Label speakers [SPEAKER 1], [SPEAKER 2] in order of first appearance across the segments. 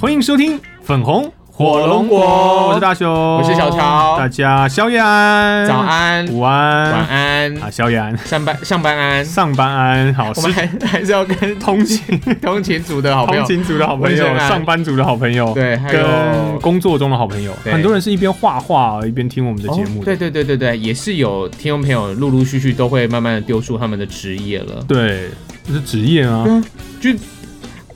[SPEAKER 1] 欢迎收听粉红
[SPEAKER 2] 火龙果
[SPEAKER 1] 我是大雄，我
[SPEAKER 2] 是小乔
[SPEAKER 1] 大家宵夜安，
[SPEAKER 2] 早，安，
[SPEAKER 1] 嗯午安，
[SPEAKER 2] 晚安，
[SPEAKER 1] 啊，宵夜安，
[SPEAKER 2] 上班上班安。
[SPEAKER 1] 上班安，好，
[SPEAKER 2] 我
[SPEAKER 1] 是
[SPEAKER 2] 们还还是要跟
[SPEAKER 1] 通勤
[SPEAKER 2] 通勤组 的好朋友
[SPEAKER 1] 通，勤族的好朋友
[SPEAKER 2] 我也是，安
[SPEAKER 1] 上班族的好朋友，
[SPEAKER 2] 对，还有
[SPEAKER 1] 跟工作中的好朋友，
[SPEAKER 2] 对
[SPEAKER 1] 很多人是一边画画一边听我们的节目的
[SPEAKER 2] 哦对对对对对，也是有听众朋友陆陆续续都会慢慢的丢出他们的职业了，
[SPEAKER 1] 对，这是职业啊，
[SPEAKER 2] 嗯就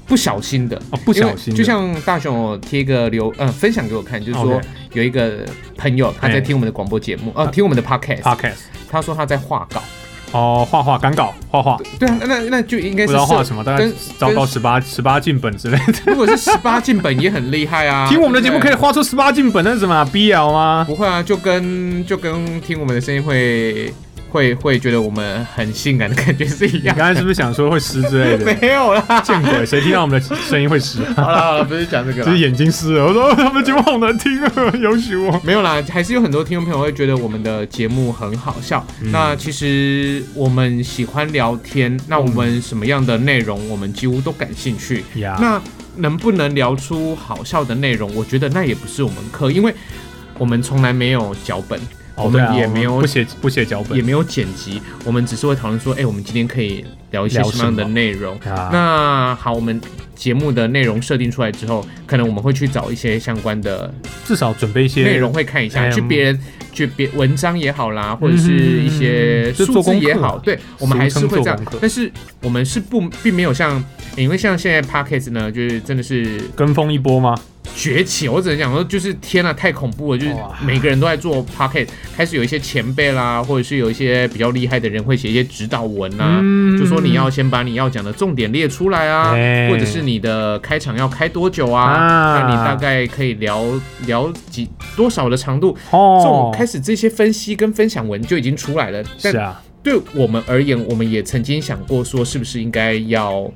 [SPEAKER 2] 不小心的。
[SPEAKER 1] 啊，不小心
[SPEAKER 2] 因为
[SPEAKER 1] 的，
[SPEAKER 2] 就像大雄有贴一个留呃分享给我看，就是说
[SPEAKER 1] 哦 OK 哎
[SPEAKER 2] 有一个朋友他在听我们的广播节目，呃，听我们的 podcast，
[SPEAKER 1] podcast
[SPEAKER 2] 他说他在画稿，
[SPEAKER 1] 哦，画画赶稿，画画，
[SPEAKER 2] 对啊，那那那就应该
[SPEAKER 1] 不知
[SPEAKER 2] 是
[SPEAKER 1] 道
[SPEAKER 2] 设
[SPEAKER 1] 画什么，大概
[SPEAKER 2] 跟
[SPEAKER 1] 糟糕
[SPEAKER 2] 跟
[SPEAKER 1] 十八十八禁本之类的。
[SPEAKER 2] 如果是十八进本也很厉害 啊，
[SPEAKER 1] 听我们的节目可以
[SPEAKER 2] 以。
[SPEAKER 1] 画出十八禁本，那是什么啊 BL 吗？
[SPEAKER 2] 不会啊，就跟就跟听我们的声音会会会觉得我们很性感的感觉是一
[SPEAKER 1] 你
[SPEAKER 2] 样
[SPEAKER 1] 刚。才是不是想说会湿之类的？
[SPEAKER 2] 没有啦，
[SPEAKER 1] 见鬼，谁听到我们的声音会湿？
[SPEAKER 2] 好了好了，不是讲这个
[SPEAKER 1] 只是
[SPEAKER 2] 啦，
[SPEAKER 1] 眼睛湿了。我说他们节目好难听啊，有许我。
[SPEAKER 2] 没有啦，还是有很多听众朋友会觉得我们的节目很好笑。那其实我们喜欢聊天，那我们什么样的内容我们几乎都感兴趣。
[SPEAKER 1] 呀，
[SPEAKER 2] 那能不能聊出好笑的内容？我觉得那也不是我们课，因为我们从来没有脚本，我
[SPEAKER 1] 哦对啊
[SPEAKER 2] 们也没
[SPEAKER 1] 我
[SPEAKER 2] 有
[SPEAKER 1] 们不写不写脚
[SPEAKER 2] 也
[SPEAKER 1] 本，
[SPEAKER 2] 没有剪辑，我们只是会讨论说，哎、我们今天可以聊一些
[SPEAKER 1] 聊
[SPEAKER 2] 什么样的
[SPEAKER 1] 什么
[SPEAKER 2] 内容？
[SPEAKER 1] 啊
[SPEAKER 2] 那好，我们节目的内容设定出来之后，可能我们会去找一些相关的
[SPEAKER 1] 至少准备一些
[SPEAKER 2] 内容，会看一下，
[SPEAKER 1] 嗯
[SPEAKER 2] 去别人去别文章也好啦，或者是一些
[SPEAKER 1] 就
[SPEAKER 2] 数
[SPEAKER 1] 做
[SPEAKER 2] 字
[SPEAKER 1] 功课
[SPEAKER 2] 也好，对我们还是会这
[SPEAKER 1] 做功
[SPEAKER 2] 样
[SPEAKER 1] 课，
[SPEAKER 2] 但是我们是不并没有像，因为像现在 podcast 呢，就是真的是
[SPEAKER 1] 跟风一波吗？
[SPEAKER 2] 崛起，我只能讲说，就是天啊，太恐怖了！就是
[SPEAKER 1] 哇
[SPEAKER 2] 每个人都在做 p o c k e t 开始有一些前辈啦，或者是有一些比较厉害的人会写一些指导文啊，
[SPEAKER 1] 嗯
[SPEAKER 2] 就说你要先把你要讲的重点列出来啊，
[SPEAKER 1] 哎
[SPEAKER 2] 或者是你的开场要开多久啊，
[SPEAKER 1] 啊
[SPEAKER 2] 那你大概可以聊聊几多少的长度。这种
[SPEAKER 1] 哦，
[SPEAKER 2] 开始这些分析跟分享文就已经出来了，但
[SPEAKER 1] 是啊，
[SPEAKER 2] 对我们而言，我们也曾经想过说，是不是应该要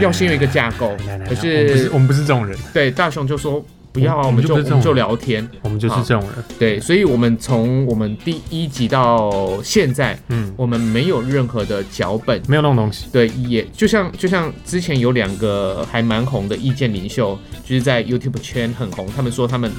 [SPEAKER 2] 要先有一个架构
[SPEAKER 1] 哎来。来来
[SPEAKER 2] 可
[SPEAKER 1] 我们不
[SPEAKER 2] 是
[SPEAKER 1] 我们不是这种人，
[SPEAKER 2] 对，大雄就说不要啊，
[SPEAKER 1] 我
[SPEAKER 2] 我
[SPEAKER 1] 们
[SPEAKER 2] 们
[SPEAKER 1] 就
[SPEAKER 2] 就我
[SPEAKER 1] 不是这种
[SPEAKER 2] 们就聊天。
[SPEAKER 1] 我们就是这种人。
[SPEAKER 2] 对，所以我们从我们第一集到现在，
[SPEAKER 1] 嗯，
[SPEAKER 2] 我们没有任何的脚本。
[SPEAKER 1] 没有那种东西。
[SPEAKER 2] 对，也就像就像之前有两个还蛮红的意见领袖，就是在 YouTube 圈很红，他们说他们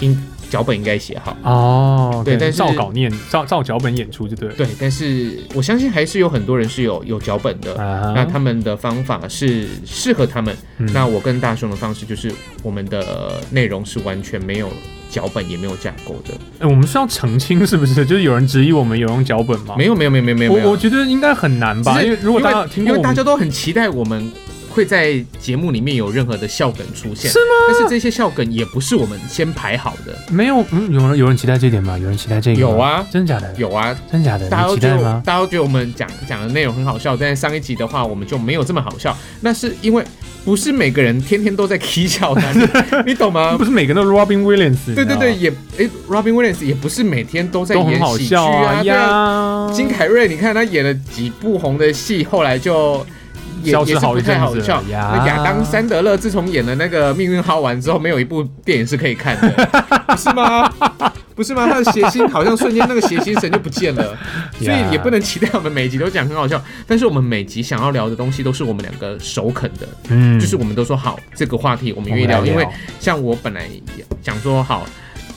[SPEAKER 2] 应脚本应该写好。
[SPEAKER 1] 哦，
[SPEAKER 2] 对
[SPEAKER 1] 可能
[SPEAKER 2] 但是
[SPEAKER 1] 照稿念，照照脚本演出就对了。
[SPEAKER 2] 对，但是我相信还是有很多人是有有脚本的。
[SPEAKER 1] 啊
[SPEAKER 2] 那他们的方法是适合他们。
[SPEAKER 1] 嗯
[SPEAKER 2] 那我跟大雄的方式就是，我们的内容是完全没有脚本，也没有架构的。
[SPEAKER 1] 哎我们是要澄清是不是？就是有人质疑我们有用脚本吗？
[SPEAKER 2] 没有没有没有没有没有没有，
[SPEAKER 1] 我我觉得应该很难吧，
[SPEAKER 2] 只是
[SPEAKER 1] 因为如果大家有听过
[SPEAKER 2] 因
[SPEAKER 1] 我
[SPEAKER 2] 为大
[SPEAKER 1] 们
[SPEAKER 2] 家都很期待我们会在节目里面有任何的笑梗出现，
[SPEAKER 1] 是
[SPEAKER 2] 吗？但是这些笑梗也不是我们先排好的，
[SPEAKER 1] 没有，嗯，有人有人期待这一点吗？有人期待这个吗？
[SPEAKER 2] 有啊
[SPEAKER 1] 真假的？
[SPEAKER 2] 有啊。
[SPEAKER 1] 真假的？
[SPEAKER 2] 大家
[SPEAKER 1] 你
[SPEAKER 2] 都
[SPEAKER 1] 期
[SPEAKER 2] 觉
[SPEAKER 1] 待
[SPEAKER 2] 得
[SPEAKER 1] 吗？
[SPEAKER 2] 大家都觉得我们讲讲的内容很好笑，但是上一集的话我们就没有这么好笑，那是因为不是每个人天天都在 k 笑的，你你懂吗
[SPEAKER 1] 不？是每个人都 Robin Williams，
[SPEAKER 2] 对对对，
[SPEAKER 1] 你知
[SPEAKER 2] 也诶 r o b i n Williams 也不是每天都在
[SPEAKER 1] 道吗，都很
[SPEAKER 2] 演
[SPEAKER 1] 好
[SPEAKER 2] 喜剧
[SPEAKER 1] 笑
[SPEAKER 2] 对啊。
[SPEAKER 1] 呀。
[SPEAKER 2] 金凯瑞，你看他演了几部红的戏，后来就也
[SPEAKER 1] 消
[SPEAKER 2] 也
[SPEAKER 1] 失
[SPEAKER 2] 是
[SPEAKER 1] 好
[SPEAKER 2] 不
[SPEAKER 1] 一阵
[SPEAKER 2] 太好
[SPEAKER 1] 子
[SPEAKER 2] 笑
[SPEAKER 1] 了。呀
[SPEAKER 2] 那亚当·山德勒自从演了那个《命运号玩》之后，没有一部电影是可以看的， 不是吗？不是吗？他的谐星好像瞬间那个谐星神就不见 了，所
[SPEAKER 1] 呀
[SPEAKER 2] 以也不能期待我们每集都讲很好笑。但是我们每集想要聊的东西都是我们两个首肯的，
[SPEAKER 1] 嗯
[SPEAKER 2] 就是我们都说好这个话题我们愿意
[SPEAKER 1] 我
[SPEAKER 2] 聊，
[SPEAKER 1] 们来
[SPEAKER 2] 因
[SPEAKER 1] 聊
[SPEAKER 2] 为像我本来也想说好。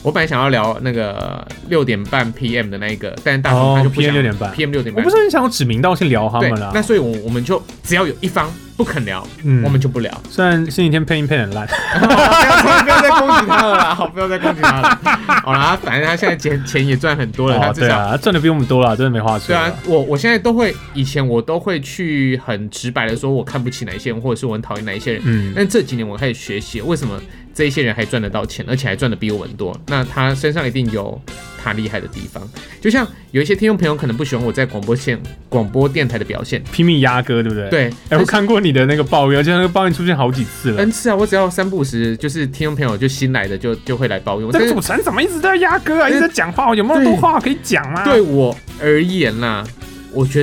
[SPEAKER 2] 我本来想要聊那个六点半 PM 的那一个，但是大
[SPEAKER 1] 哦
[SPEAKER 2] 雄他就不想
[SPEAKER 1] PM 6:30
[SPEAKER 2] PM 六点
[SPEAKER 1] 我
[SPEAKER 2] 半
[SPEAKER 1] 不，是很想要指名道姓聊他
[SPEAKER 2] 对
[SPEAKER 1] 们啦，。
[SPEAKER 2] 那所以，我我们就只要有一方不肯聊，
[SPEAKER 1] 嗯
[SPEAKER 2] 我们就不 聊。
[SPEAKER 1] 虽然星期天配音配得很 烂，
[SPEAKER 2] 好不要再攻击他了啦，好，不要再攻击他了。好啦，反正他现在钱钱也赚很多了，他
[SPEAKER 1] 哦，
[SPEAKER 2] 至
[SPEAKER 1] 对
[SPEAKER 2] 少。
[SPEAKER 1] 啊，他赚的比我们多了，真的没话说。
[SPEAKER 2] 对啊，，我我现在都会，以前我都会去很直白的说，我看不起哪一些人，或者是我很讨厌哪一些人。
[SPEAKER 1] 嗯，
[SPEAKER 2] 但这几年我开始学习，为什么这一些人还赚得到钱，而且还赚得比我们多？那他身上一定有他厉害的地方。就像有一些听众朋友可能不喜欢我在广播线、广播电台的表现，
[SPEAKER 1] 拼命压歌，对不对？。
[SPEAKER 2] 对，
[SPEAKER 1] 哎，
[SPEAKER 2] 但
[SPEAKER 1] 我
[SPEAKER 2] 是
[SPEAKER 1] 看过你的那个抱怨，而且那个抱怨出现好几次了。
[SPEAKER 2] N 次啊，我只要三不五时，就是听众朋友就新来的就就会来抱怨。
[SPEAKER 1] 这
[SPEAKER 2] 但
[SPEAKER 1] 个
[SPEAKER 2] 是
[SPEAKER 1] 主持人怎么一直在压歌啊？一直在讲话，有没有
[SPEAKER 2] 嗯对
[SPEAKER 1] 多话可以讲啊？
[SPEAKER 2] 对，我而言啦、我觉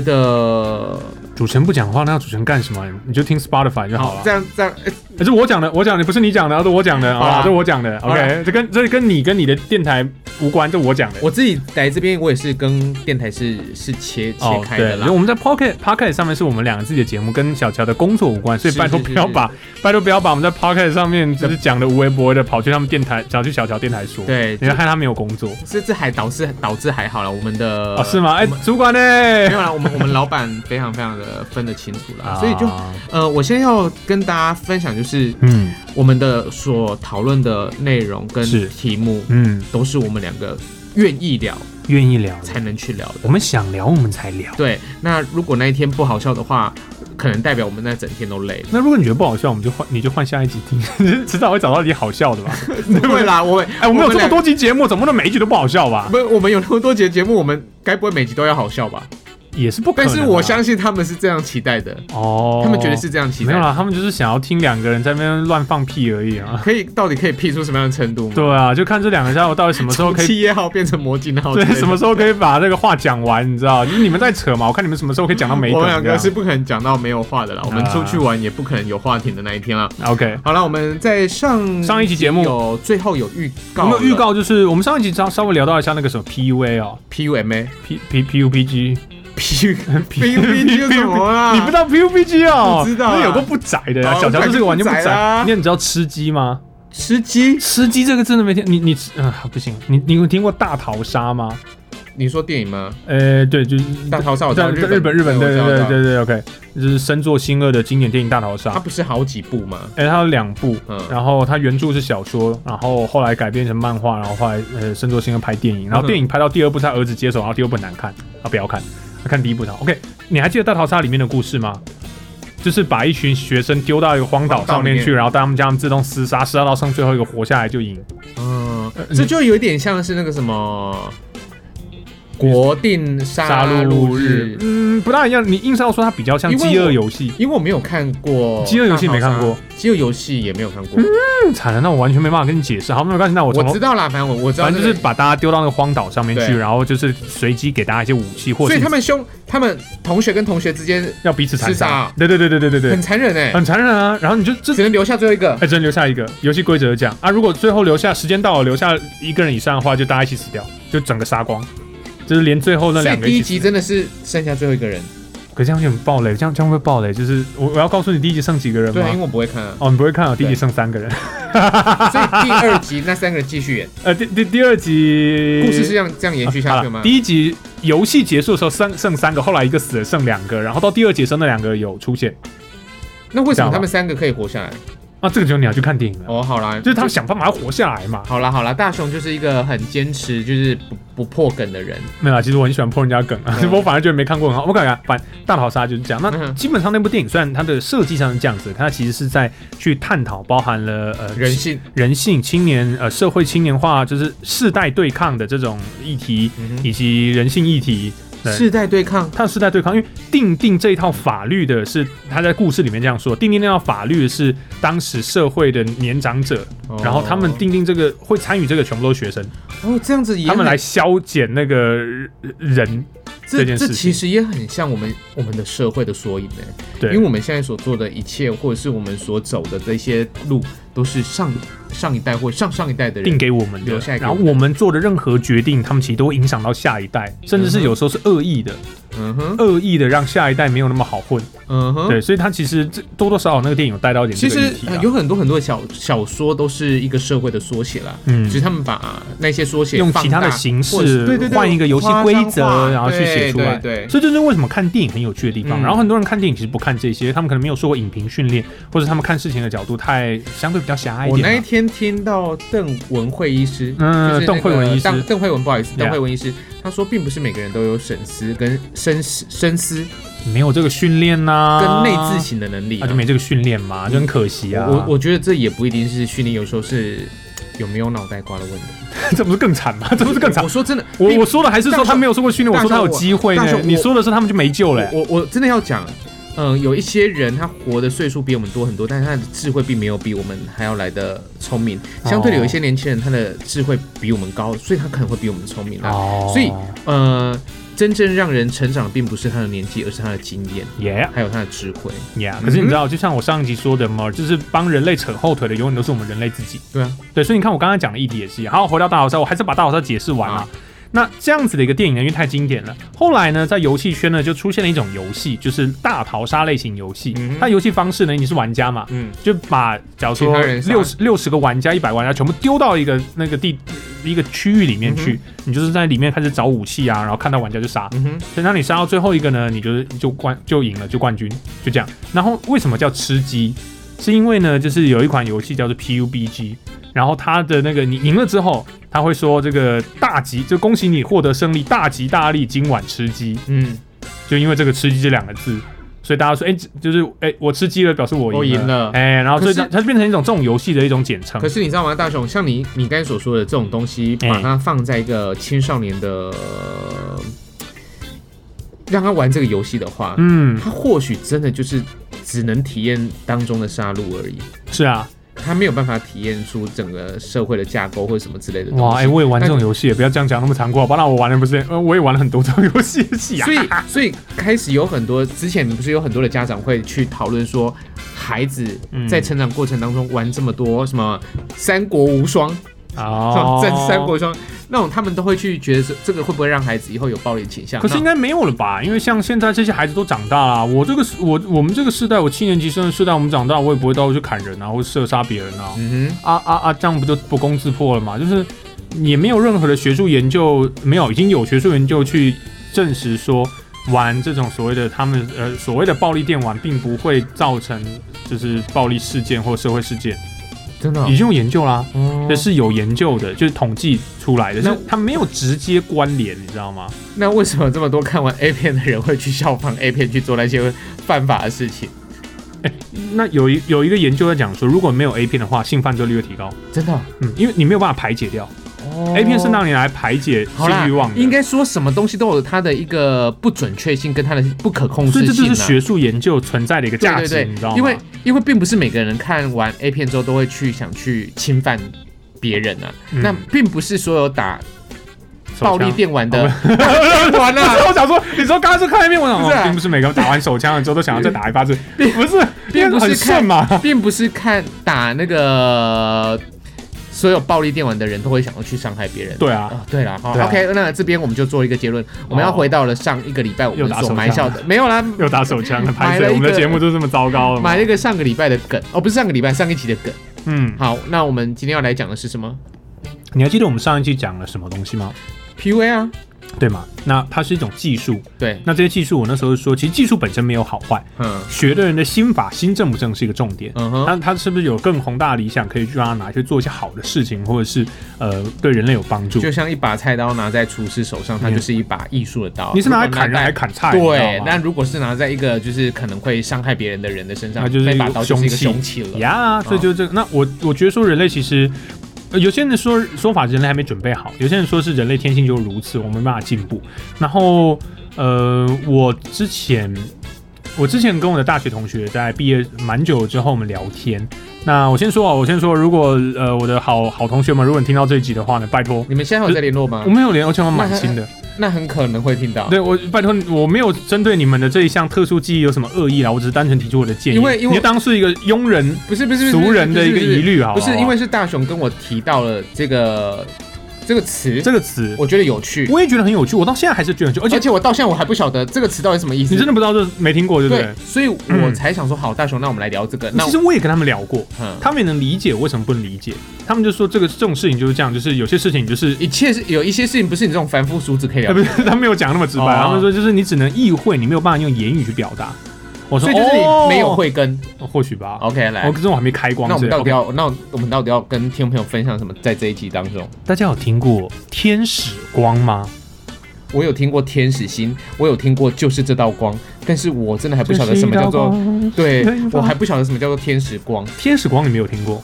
[SPEAKER 1] 啊
[SPEAKER 2] 得
[SPEAKER 1] 主持人不讲话，那要主持人干什么？你就听 Spotify 就好了啊
[SPEAKER 2] 这。样这样、呃
[SPEAKER 1] 哎这是我讲的，我讲的不是你讲的，这是我讲的，
[SPEAKER 2] 好啦
[SPEAKER 1] 啊，这是我讲的
[SPEAKER 2] 好啦
[SPEAKER 1] ，OK，这跟这跟你跟你的电台无关，这我讲的。
[SPEAKER 2] 我自己来这边，我也是跟电台是是切切
[SPEAKER 1] 哦，
[SPEAKER 2] 开
[SPEAKER 1] 对，
[SPEAKER 2] 的
[SPEAKER 1] 因
[SPEAKER 2] 啦
[SPEAKER 1] 为。我们在 Pocket Pocket 上面是我们两个自己的节目，跟小乔的工作无关，所以
[SPEAKER 2] 是
[SPEAKER 1] 拜托
[SPEAKER 2] 是是
[SPEAKER 1] 不要
[SPEAKER 2] 是
[SPEAKER 1] 把拜托不要把我们在 Pocket 上面就是讲的无微博的跑去他们电台，跑去小乔电台说，，
[SPEAKER 2] 对，
[SPEAKER 1] 你要害他没有工作
[SPEAKER 2] 这这还导致导致还好了，我们的
[SPEAKER 1] 哦，是吗？哎
[SPEAKER 2] 呃我们，
[SPEAKER 1] 主管呢？
[SPEAKER 2] 没有啦，我们我们老板非常非常的分得清楚啦，所以就
[SPEAKER 1] 啊
[SPEAKER 2] 呃，我先要跟大家分享，就是
[SPEAKER 1] 嗯
[SPEAKER 2] 我们的所讨论的内容跟
[SPEAKER 1] 是
[SPEAKER 2] 题目，
[SPEAKER 1] 嗯，
[SPEAKER 2] 都是我们两个愿意聊
[SPEAKER 1] 愿意聊的，
[SPEAKER 2] 才能去聊的。
[SPEAKER 1] 我们想聊我们才聊。
[SPEAKER 2] 对，那如果那一天不好笑的话，可能代表我们那整天都累了。
[SPEAKER 1] 那如果你觉得不好笑，我们就换，你就换下一集听， 迟早会找到你好笑的吧？
[SPEAKER 2] 不会啦，我们
[SPEAKER 1] 哎，我们有这么
[SPEAKER 2] 两
[SPEAKER 1] 多集节目，怎么能每一集都不好笑吧？
[SPEAKER 2] 不是，我们有那么多节节目，我们该不会每集都要好笑吧？
[SPEAKER 1] 也是不可
[SPEAKER 2] 但
[SPEAKER 1] 能啊。
[SPEAKER 2] 是我相信他们是这样期待的，
[SPEAKER 1] 哦，
[SPEAKER 2] 他们觉得是这样期
[SPEAKER 1] 没
[SPEAKER 2] 待
[SPEAKER 1] 有
[SPEAKER 2] 的。
[SPEAKER 1] 啦，他们就是想要听两个人在那边乱放屁而已啊。
[SPEAKER 2] 可以到底可以 P 出什么样的程度吗？
[SPEAKER 1] 对啊，就看这两个家伙到底什么时候可以，
[SPEAKER 2] 企业号变成魔镜号之
[SPEAKER 1] 对
[SPEAKER 2] 类的，，
[SPEAKER 1] 什么时候可以把这个话讲完，你知道？就是你们在扯嘛，我看你们什么时候可以讲到没梗啊
[SPEAKER 2] 我
[SPEAKER 1] 这
[SPEAKER 2] 们
[SPEAKER 1] 样。
[SPEAKER 2] 两个是不可能讲到没有话的啦，我们
[SPEAKER 1] 啊
[SPEAKER 2] 出去玩也不可能有话题的那一天啦。
[SPEAKER 1] OK。
[SPEAKER 2] 好了，我们在上
[SPEAKER 1] 上一期节目
[SPEAKER 2] 有最后有预
[SPEAKER 1] 有
[SPEAKER 2] 告，
[SPEAKER 1] 没有预告？就是我们上一集稍稍微聊到一下那个什么 PUA 哦
[SPEAKER 2] PUMA
[SPEAKER 1] ，P P P U P G，
[SPEAKER 2] P PUBG 是什么啊啦？
[SPEAKER 1] 你不知道 P U P G 哦？
[SPEAKER 2] 不知道啊
[SPEAKER 1] 那有个不宅的啊，
[SPEAKER 2] 哦
[SPEAKER 1] 小乔就是个完全不
[SPEAKER 2] 不宅啊
[SPEAKER 1] 宅
[SPEAKER 2] 啦。
[SPEAKER 1] 那你知道吃鸡吗？
[SPEAKER 2] 吃鸡？
[SPEAKER 1] 吃鸡这个真的没听，你你啊不行，你你有听过大逃杀吗？
[SPEAKER 2] 你说电影吗？
[SPEAKER 1] 呃，对，就是
[SPEAKER 2] 大逃杀，我知
[SPEAKER 1] 在
[SPEAKER 2] 道
[SPEAKER 1] 日本日本对
[SPEAKER 2] 对
[SPEAKER 1] 对
[SPEAKER 2] 我知
[SPEAKER 1] 对
[SPEAKER 2] 道
[SPEAKER 1] 对对，OK，就是深作新二的经典电影《大逃杀
[SPEAKER 2] 它》。不是好几部吗？
[SPEAKER 1] 哎，它有两部，
[SPEAKER 2] 嗯
[SPEAKER 1] 然后它原著是小说，然后后来改编成漫画，然后后来呃深作新二拍电影，然后
[SPEAKER 2] 嗯
[SPEAKER 1] 电影拍到第二部是他儿子接手，然后第二部很难看，啊不要看，他看第一部的。OK，你还记得《大逃杀》里面的故事吗？就是把一群学生丢到一个荒岛
[SPEAKER 2] 荒岛
[SPEAKER 1] 上
[SPEAKER 2] 里
[SPEAKER 1] 面
[SPEAKER 2] 面
[SPEAKER 1] 去，然后他们将他们自动厮杀，厮杀到剩最后一个活下来就赢。
[SPEAKER 2] 嗯，
[SPEAKER 1] 呃
[SPEAKER 2] 这就有点像是那个什么国定杀
[SPEAKER 1] 杀
[SPEAKER 2] 戮
[SPEAKER 1] 戮
[SPEAKER 2] 日
[SPEAKER 1] 日，，嗯，不大一样。你硬是要说它比较像
[SPEAKER 2] 因为
[SPEAKER 1] 饥
[SPEAKER 2] 我
[SPEAKER 1] 饿游戏，
[SPEAKER 2] 因为我没有看过《
[SPEAKER 1] 饥饿游戏没看过，
[SPEAKER 2] 《饥饿游戏》也没有看过。
[SPEAKER 1] 嗯惨了，那我完全没办法跟你解释。好，那没关系，那我从
[SPEAKER 2] 我
[SPEAKER 1] 头
[SPEAKER 2] 知道啦，反正我我知道
[SPEAKER 1] 反
[SPEAKER 2] 这
[SPEAKER 1] 正
[SPEAKER 2] 个，
[SPEAKER 1] 就是把大家丢到那个荒岛上面去，
[SPEAKER 2] 对
[SPEAKER 1] 然后就是随机给大家一些武器，或
[SPEAKER 2] 所
[SPEAKER 1] 者
[SPEAKER 2] 以
[SPEAKER 1] 是
[SPEAKER 2] 他们兄他们同学跟同学之间
[SPEAKER 1] 要彼此残
[SPEAKER 2] 自杀
[SPEAKER 1] 杀。对对对对对对对
[SPEAKER 2] 很，残忍哎、
[SPEAKER 1] 很残忍啊。然后你就这
[SPEAKER 2] 只能留下最后一个
[SPEAKER 1] 哎，真留下一个游戏规则讲啊，如果最后留下时间到了留下一个人以上的话，就大家一起死掉，就整个杀光，就是连最后那
[SPEAKER 2] 所以
[SPEAKER 1] 两个
[SPEAKER 2] 第
[SPEAKER 1] 一
[SPEAKER 2] 一
[SPEAKER 1] 起死
[SPEAKER 2] 集真的是剩下最后一个人，
[SPEAKER 1] 可这样有点暴雷，这样这样会暴雷。就是我我要告诉你第一集剩几个人
[SPEAKER 2] 对啊，因
[SPEAKER 1] 吗？
[SPEAKER 2] 为我不会看啊
[SPEAKER 1] 。哦，你不会看啊，第一集
[SPEAKER 2] 对
[SPEAKER 1] 剩三个人。
[SPEAKER 2] 所以第二集那三个人 继续演，
[SPEAKER 1] 呃，第第第二集啊
[SPEAKER 2] 故事是这样这样延续下去
[SPEAKER 1] 好
[SPEAKER 2] 吗
[SPEAKER 1] 啦？嗯 第一集游戏结束的时候剩剩三个，后来一个死了剩两个，然后到第二集剩那两个有出现
[SPEAKER 2] 那为什么他们三个可以活下来？
[SPEAKER 1] 啊，这个就你要去看电影了，
[SPEAKER 2] 哦，好啦，
[SPEAKER 1] 就是他们想办法要活下来嘛。
[SPEAKER 2] 好啦好啦，大雄就是一个很坚持就是不不破梗的人，
[SPEAKER 1] 没有啦，其实我 很喜欢破人家梗啊，
[SPEAKER 2] 嗯
[SPEAKER 1] 我反而觉得没看过很好。我感觉反大逃杀就是这样。那
[SPEAKER 2] 嗯
[SPEAKER 1] 基本上那部电影虽然它的设计上是这样子，它其实是在去探讨包含了呃
[SPEAKER 2] 人性。
[SPEAKER 1] 人性、青年呃社会青年化，就是世代对抗的这种议题，
[SPEAKER 2] 嗯哼
[SPEAKER 1] 以及人性议题。对
[SPEAKER 2] 世代对抗，
[SPEAKER 1] 他是在对抗，因为定定这一套法律的是他在故事里面这样说，定定那套法律是当时社会的年长者，然后他们定定这个会参与这个全部都是学生，
[SPEAKER 2] 哦这样子也
[SPEAKER 1] 他们
[SPEAKER 2] 很
[SPEAKER 1] 来消减那个人，这
[SPEAKER 2] 这
[SPEAKER 1] 件
[SPEAKER 2] 这
[SPEAKER 1] 事
[SPEAKER 2] 其
[SPEAKER 1] 情
[SPEAKER 2] 实也很像我们我们的社会的缩影呢、
[SPEAKER 1] 对
[SPEAKER 2] 因为我们现在所做的一切，或者是我们所走的这些路，都是上上一代或上上一代的
[SPEAKER 1] 定
[SPEAKER 2] 人。
[SPEAKER 1] 给我们的
[SPEAKER 2] 留下，一个
[SPEAKER 1] 然后我们做的任何决定，他们其实都会影响到下一代，甚至是有时候是恶意的，
[SPEAKER 2] 嗯哼，
[SPEAKER 1] 恶意的让下一代没有那么好混，
[SPEAKER 2] 嗯哼。
[SPEAKER 1] 对，所以他其实这多多少少那个电影有带到一点
[SPEAKER 2] 其
[SPEAKER 1] 这个议
[SPEAKER 2] 实
[SPEAKER 1] 题
[SPEAKER 2] 呃
[SPEAKER 1] 啊
[SPEAKER 2] 有，很多很多的小小说都是一个社会的缩写啦，
[SPEAKER 1] 嗯
[SPEAKER 2] 只是他们把那些缩写
[SPEAKER 1] 用
[SPEAKER 2] 放
[SPEAKER 1] 其他的
[SPEAKER 2] 大
[SPEAKER 1] 形
[SPEAKER 2] 或者是对
[SPEAKER 1] 式
[SPEAKER 2] 对对
[SPEAKER 1] 换一个游戏规则，然后去写出来。
[SPEAKER 2] 对对对
[SPEAKER 1] 所以这就是为什么看电影很有趣的地方。
[SPEAKER 2] 嗯
[SPEAKER 1] 然后很多人看电影其实不看这些，他们可能没有受过影评训练，或者他们看事情的角度太相对比较狭隘一
[SPEAKER 2] 我那
[SPEAKER 1] 点
[SPEAKER 2] 一
[SPEAKER 1] 嘛。啊
[SPEAKER 2] 天听到邓文慧医师，
[SPEAKER 1] 嗯
[SPEAKER 2] 就是那个
[SPEAKER 1] 邓慧文医师
[SPEAKER 2] 邓邓慧文，不好意思，
[SPEAKER 1] Yeah
[SPEAKER 2] 邓慧文医师，他说并不是每个人都有审思跟深思、深思
[SPEAKER 1] 没有这个训练呐、
[SPEAKER 2] 跟内自省的能力
[SPEAKER 1] 那、
[SPEAKER 2] 啊、
[SPEAKER 1] 就没这个训练嘛，就很可惜啊。
[SPEAKER 2] 我我我觉得这也不一定是训练，有时候是有没有脑袋瓜的问题。
[SPEAKER 1] 这不是更惨吗？这不是更惨
[SPEAKER 2] 我？说真的，
[SPEAKER 1] 我
[SPEAKER 2] 并
[SPEAKER 1] 我说的还是说他没有受过训练，我
[SPEAKER 2] 大
[SPEAKER 1] 说
[SPEAKER 2] 雄
[SPEAKER 1] 他有机会
[SPEAKER 2] 大
[SPEAKER 1] 呢
[SPEAKER 2] 雄。我
[SPEAKER 1] 你说的是他们就没救了、欸
[SPEAKER 2] 我我真的要讲，嗯、有一些人他活的岁数比我们多很多，但是他的智慧并没有比我们还要来的聪明。相对的，有一些年轻人他的智慧比我们高，所以他可能会比我们聪明啊。
[SPEAKER 1] 哦
[SPEAKER 2] 所以呃，真正让人成长，并不是他的年纪，而是他的经验，
[SPEAKER 1] ，Yeah
[SPEAKER 2] 还有他的智慧。
[SPEAKER 1] Yeah。可是你知道，就像我上一集说的嘛，就是帮人类扯后腿的，永远都是我们人类自己。
[SPEAKER 2] 对啊，
[SPEAKER 1] 对，所以你看我刚刚讲的议题也是一样。好，回到大逃杀，我还是把大逃杀解释完了。
[SPEAKER 2] 好
[SPEAKER 1] 那这样子的一个电影呢，因为太经典了。后来呢，在游戏圈呢，就出现了一种游戏，就是大逃杀类型游戏。
[SPEAKER 2] 嗯哼
[SPEAKER 1] 它游戏方式呢，你是玩家嘛，
[SPEAKER 2] 嗯，
[SPEAKER 1] 就把假如
[SPEAKER 2] 其
[SPEAKER 1] 说
[SPEAKER 2] 他人杀
[SPEAKER 1] 六十六十个玩家、一百玩家全部丢到一个那个地一个区域里面去，你就是在里面开始找武器啊，然后看到玩家就杀。
[SPEAKER 2] 嗯哼，
[SPEAKER 1] 等到你杀到最后一个呢，你就是就冠就赢了，就冠军，就这样。然后为什么叫吃鸡？是因为呢，就是有一款游戏叫做 PUBG，然后它的那个你赢了之后，他会说这个大吉，就恭喜你获得胜利，大吉大利，今晚吃鸡。
[SPEAKER 2] 嗯，
[SPEAKER 1] 就因为这个“吃鸡”这两个字，所以大家说，哎、这就是哎、我吃鸡了，表示我赢
[SPEAKER 2] 我赢了
[SPEAKER 1] 哎、然后所以
[SPEAKER 2] 可
[SPEAKER 1] 它
[SPEAKER 2] 是
[SPEAKER 1] 它就变成一种这种游戏的一种简称
[SPEAKER 2] 可。是你知道吗，大雄，像你你刚才所说的这种东西，
[SPEAKER 1] 哎
[SPEAKER 2] 把它放在一个青少年的，呃让他玩这个游戏的话，
[SPEAKER 1] 嗯，
[SPEAKER 2] 他或许真的就是只能体验当中的杀戮而已，
[SPEAKER 1] 是啊，
[SPEAKER 2] 他没有办法体验出整个社会的架构或者什么之类的东西。
[SPEAKER 1] 哇，哎、我也玩这种
[SPEAKER 2] 但
[SPEAKER 1] 游戏，也不要这样讲那么残酷，好吧？那我玩的不是，呃，我也玩了很多这种游戏戏啊。
[SPEAKER 2] 所以，所以开始有很多之前不是有很多的家长会去讨论说，孩子
[SPEAKER 1] 嗯
[SPEAKER 2] 在成长过程当中玩这么多什么《三国无双》
[SPEAKER 1] 哦，
[SPEAKER 2] 战三国无双》那种，他们都会去觉得说这个会不会让孩子以后有暴力倾向？
[SPEAKER 1] 可是应
[SPEAKER 2] 那
[SPEAKER 1] 该没有了吧？因为像现在这些孩子都长大了，我这个我我们这个世代，我七年级生的世代，我们长大，我也不会到处去砍人啊，或射杀别人啊，
[SPEAKER 2] 嗯哼，
[SPEAKER 1] 啊啊啊，这样不就不攻自破了嘛？就是也没有任何的学术研究，没有已经有学术研究去证实说，玩这种所谓的他们呃所谓的暴力电玩，并不会造成就是暴力事件或社会事件，
[SPEAKER 2] 真的、
[SPEAKER 1] 已经有研究啦。
[SPEAKER 2] 嗯哦
[SPEAKER 1] 这是有研究的，就是统计出来的，
[SPEAKER 2] 那
[SPEAKER 1] 那它没有直接关联，你知道吗？
[SPEAKER 2] 那为什么这么多看完 A 片的人会去效仿 A 片去做那些犯法的事情？
[SPEAKER 1] 那有一有一个研究在讲说，如果没有 A 片的话，性犯罪率会提高。
[SPEAKER 2] 真的、
[SPEAKER 1] 嗯，因为你没有办法排解掉、
[SPEAKER 2] 哦
[SPEAKER 1] A 片是让你来排解
[SPEAKER 2] 好
[SPEAKER 1] 性
[SPEAKER 2] 啦
[SPEAKER 1] 欲望，的，
[SPEAKER 2] 应。该说什么东西都有它的一个不准确性跟它的不可控制
[SPEAKER 1] 所
[SPEAKER 2] 性、
[SPEAKER 1] 以
[SPEAKER 2] 啊。
[SPEAKER 1] 这就是学术研究存在的一个价值，你知道吗？
[SPEAKER 2] 因为因为并不是每个人看完 A 片之后都会去想去侵犯别人啊，
[SPEAKER 1] 嗯
[SPEAKER 2] 那并不是所有打
[SPEAKER 1] 手
[SPEAKER 2] 暴
[SPEAKER 1] 枪
[SPEAKER 2] 力电玩的玩啊，
[SPEAKER 1] 我想说，你说刚刚是看 A 片，我想
[SPEAKER 2] 不是啊
[SPEAKER 1] 哦并不是每个人打完手枪了之后都想要再打一发子，不是，
[SPEAKER 2] 并
[SPEAKER 1] 因为
[SPEAKER 2] 不是
[SPEAKER 1] 很顺嘛。
[SPEAKER 2] 并不是看打那个呃所有暴力电玩的人都会想要去伤害别人。
[SPEAKER 1] 对啊，
[SPEAKER 2] 哦，对了，好、
[SPEAKER 1] 对啊
[SPEAKER 2] o k 那这边我们就做一个结论，我们要回到了上一个礼拜我
[SPEAKER 1] 又
[SPEAKER 2] 们
[SPEAKER 1] 打手
[SPEAKER 2] 所
[SPEAKER 1] 枪
[SPEAKER 2] 埋下的，没有啦，
[SPEAKER 1] 又打手枪了，拍
[SPEAKER 2] 买了
[SPEAKER 1] 摄
[SPEAKER 2] 一
[SPEAKER 1] 我们的
[SPEAKER 2] 个
[SPEAKER 1] 节目就这么糟糕了嘛
[SPEAKER 2] 埋了一个上个礼拜的梗，哦，不是上个礼拜，上一期的梗。
[SPEAKER 1] 嗯，
[SPEAKER 2] 好，那我们今天要来讲的是什么
[SPEAKER 1] 你还记得我们上一期讲了什么东西吗？
[SPEAKER 2] ？PUA 啊，
[SPEAKER 1] 对吗？那它是一种技术，
[SPEAKER 2] 对，
[SPEAKER 1] 那这些技术我那时候说，其实技术本身没有好坏，
[SPEAKER 2] 嗯
[SPEAKER 1] 学的人的心法心正不正是一个重点。
[SPEAKER 2] 嗯哼，
[SPEAKER 1] 那他是不是有更宏大的理想，可以让他拿去做一些好的事情，或者是呃对人类有帮助？
[SPEAKER 2] 就像一把菜刀拿在厨师手上，它
[SPEAKER 1] 嗯
[SPEAKER 2] 就是一把艺术的刀。
[SPEAKER 1] 你是拿来砍
[SPEAKER 2] 如果
[SPEAKER 1] 人还是砍菜？
[SPEAKER 2] 对，
[SPEAKER 1] 你知道
[SPEAKER 2] 那
[SPEAKER 1] 吗
[SPEAKER 2] 如果是拿在一个就是可能会伤害别人的人的身上，
[SPEAKER 1] 那就是
[SPEAKER 2] 那
[SPEAKER 1] 一个
[SPEAKER 2] 把刀就是一个
[SPEAKER 1] 凶
[SPEAKER 2] 凶器了。啊
[SPEAKER 1] 呀，所以就这个。那我我觉得说人类其实。呃有些人说说法是人类还没准备好，有些人说是人类天性就如此，我们没办法进步。然后，呃，我之前我之前跟我的大学同学在毕业蛮久之后，我们聊天。那我先说啊，我先说，如果呃我的好 好同学们，如果你听到这一集的话呢，拜托，
[SPEAKER 2] 你们现在还有在联络吗
[SPEAKER 1] 我？们 有联络，千万蛮新的。
[SPEAKER 2] 那很可能会听到，
[SPEAKER 1] 对我拜托你，我没有针对你们的这一项特殊记忆有什么恶意啦，我只是单纯提出我的建议，
[SPEAKER 2] 因为因为
[SPEAKER 1] 你就当是一个庸人
[SPEAKER 2] 不是不是不是
[SPEAKER 1] 俗人的一个疑，虑啊，
[SPEAKER 2] 不是不
[SPEAKER 1] 好
[SPEAKER 2] 是不是不是
[SPEAKER 1] 好
[SPEAKER 2] 因为是大雄跟我提到了这个这个词，
[SPEAKER 1] 这个词，
[SPEAKER 2] 我觉得有趣，
[SPEAKER 1] 我也觉得很有趣，我到现在还是觉得很有趣，而
[SPEAKER 2] 而
[SPEAKER 1] 且
[SPEAKER 2] 且我到现在我还不晓得这个词到底什么意思。
[SPEAKER 1] 你真的不知道这没听过，对不
[SPEAKER 2] 对
[SPEAKER 1] 对？，
[SPEAKER 2] 所以我才想说，好，大雄，那我们来聊这个。那
[SPEAKER 1] 其实我也跟他们聊过，
[SPEAKER 2] 嗯，
[SPEAKER 1] 他们也能理解我为什么不能理解，他们就说这个这种事情就是这样，就是有些事情 就是。
[SPEAKER 2] 一切是有一些事情不是你这种凡夫俗子可以
[SPEAKER 1] 呃，
[SPEAKER 2] 聊
[SPEAKER 1] 不是，他没有讲那么直白，
[SPEAKER 2] 哦
[SPEAKER 1] 他们说就是你只能意会，你没有办法用言语去表达。我说
[SPEAKER 2] 所以就是你
[SPEAKER 1] 哦
[SPEAKER 2] 没有慧根。
[SPEAKER 1] 或许吧。
[SPEAKER 2] OK，来，
[SPEAKER 1] 我可是哦我还没开光
[SPEAKER 2] 那我
[SPEAKER 1] 之
[SPEAKER 2] 们
[SPEAKER 1] 类的。
[SPEAKER 2] 到底
[SPEAKER 1] OK
[SPEAKER 2] 要那我们到底要跟听众朋友分享什么？在这一集当中，
[SPEAKER 1] 大家有听过天使光吗？
[SPEAKER 2] 我有听过天使心，我有听过就是这道光，但是我真的还不晓得什么叫做，对
[SPEAKER 1] 对
[SPEAKER 2] 我还不晓得什么叫做天使光。
[SPEAKER 1] 天使光，你没有听过？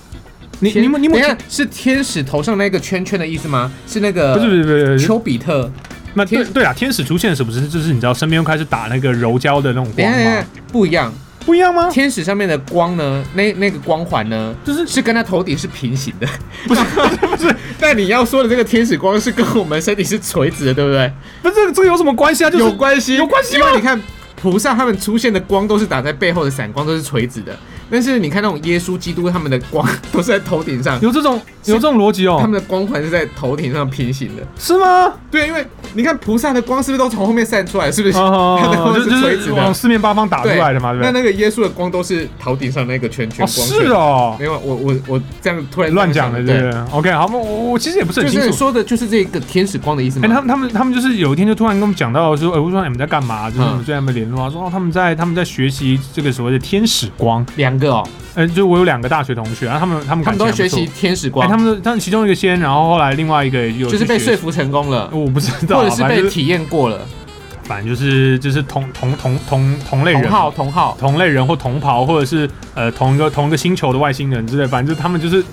[SPEAKER 1] 你
[SPEAKER 2] 天
[SPEAKER 1] 你们你们
[SPEAKER 2] 等一下是天使头上那个圈圈的意思吗？是那个
[SPEAKER 1] 不是不是不是不是
[SPEAKER 2] 丘比特？
[SPEAKER 1] 那对
[SPEAKER 2] 天
[SPEAKER 1] 对啊，天使出现的时候不是就是你知道身边又开始打那个柔焦的那种
[SPEAKER 2] 等
[SPEAKER 1] 光
[SPEAKER 2] 一下等一
[SPEAKER 1] 吗
[SPEAKER 2] 下？不一样，
[SPEAKER 1] 不一样吗？
[SPEAKER 2] 天使上面的光呢，那那个光环呢，
[SPEAKER 1] 就是
[SPEAKER 2] 是跟他头顶是平行的。
[SPEAKER 1] 不是 不是
[SPEAKER 2] 但你要说的这个天使光是跟我们身体是垂直的，对不对？
[SPEAKER 1] 不是这个这个有什么关系啊？就是
[SPEAKER 2] 有关系，
[SPEAKER 1] 有关系
[SPEAKER 2] 因
[SPEAKER 1] 吗
[SPEAKER 2] 为你看菩萨他们出现的光都是打在背后的闪光，都是垂直的。但是你看那种耶稣基督他们的光都是在头顶上，
[SPEAKER 1] 有这种有这种逻辑
[SPEAKER 2] 他
[SPEAKER 1] 哦？
[SPEAKER 2] 们的光环是在头顶上平行的。
[SPEAKER 1] 是 吗？
[SPEAKER 2] 对，因为你看菩萨的光是不是都从后面散出来？是不是？它的
[SPEAKER 1] 哦，
[SPEAKER 2] 光
[SPEAKER 1] 就是
[SPEAKER 2] 垂直
[SPEAKER 1] 是往
[SPEAKER 2] 的。
[SPEAKER 1] 四面八方打出
[SPEAKER 2] 对
[SPEAKER 1] 来的嘛，对
[SPEAKER 2] 那
[SPEAKER 1] 不对？
[SPEAKER 2] 那个耶稣的光都是头顶上那个圈圈
[SPEAKER 1] 哦，
[SPEAKER 2] 光圈。
[SPEAKER 1] 是哦，
[SPEAKER 2] 没有，我我我这样突然
[SPEAKER 1] 乱
[SPEAKER 2] 这样
[SPEAKER 1] 讲的，
[SPEAKER 2] 想
[SPEAKER 1] 对不对？OK，好，我我我其实也不是
[SPEAKER 2] 对，
[SPEAKER 1] 很
[SPEAKER 2] 就
[SPEAKER 1] 清
[SPEAKER 2] 是
[SPEAKER 1] 楚。
[SPEAKER 2] 说的就是这个天使光的意思
[SPEAKER 1] 哎、
[SPEAKER 2] 嘛。
[SPEAKER 1] 他们他们他们就是有一天就突然跟我们讲到说，哎、我说哎你们在干嘛？就是
[SPEAKER 2] 嗯
[SPEAKER 1] 我们最近有没有联络啊？说哦，他们在他们在学习这个所谓的天使光。
[SPEAKER 2] 两个哦，
[SPEAKER 1] 哎、就我有两个大学同学，然后他们他们
[SPEAKER 2] 他
[SPEAKER 1] 感
[SPEAKER 2] 们
[SPEAKER 1] 情
[SPEAKER 2] 都
[SPEAKER 1] 还
[SPEAKER 2] 在
[SPEAKER 1] 不错
[SPEAKER 2] 学习。天使
[SPEAKER 1] 哎、
[SPEAKER 2] 光，
[SPEAKER 1] 他们都他们其中一个先，然后后来另外一个也有
[SPEAKER 2] 就是被
[SPEAKER 1] 去
[SPEAKER 2] 说
[SPEAKER 1] 学习、
[SPEAKER 2] 服成功了，
[SPEAKER 1] 我不知道，
[SPEAKER 2] 或者是
[SPEAKER 1] 反正就
[SPEAKER 2] 被
[SPEAKER 1] 是
[SPEAKER 2] 体验过了。
[SPEAKER 1] 反正就是就是同同同同同类人
[SPEAKER 2] 同号同号，
[SPEAKER 1] 同类人或同袍，或者是呃同一个同一个星球的外星人之类，反正就是他们就是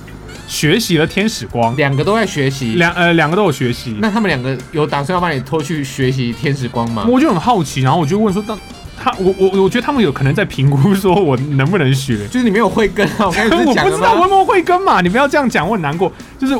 [SPEAKER 1] 学习了天使光，
[SPEAKER 2] 两个都在学习。
[SPEAKER 1] 两呃两个都有学习。
[SPEAKER 2] 那他们两个有打算要把你拖去学习天使光吗？
[SPEAKER 1] 我就很好奇，然后我就问说，那他我我我觉得他们有可能在评估说我能不能 学，
[SPEAKER 2] 就是你没有慧根啊，我 刚才
[SPEAKER 1] 可
[SPEAKER 2] 不
[SPEAKER 1] 是
[SPEAKER 2] 是
[SPEAKER 1] 我
[SPEAKER 2] 讲
[SPEAKER 1] 不
[SPEAKER 2] 了
[SPEAKER 1] 知道我
[SPEAKER 2] 吗？
[SPEAKER 1] 有没有慧根嘛，你不要这样讲，我很难过。就是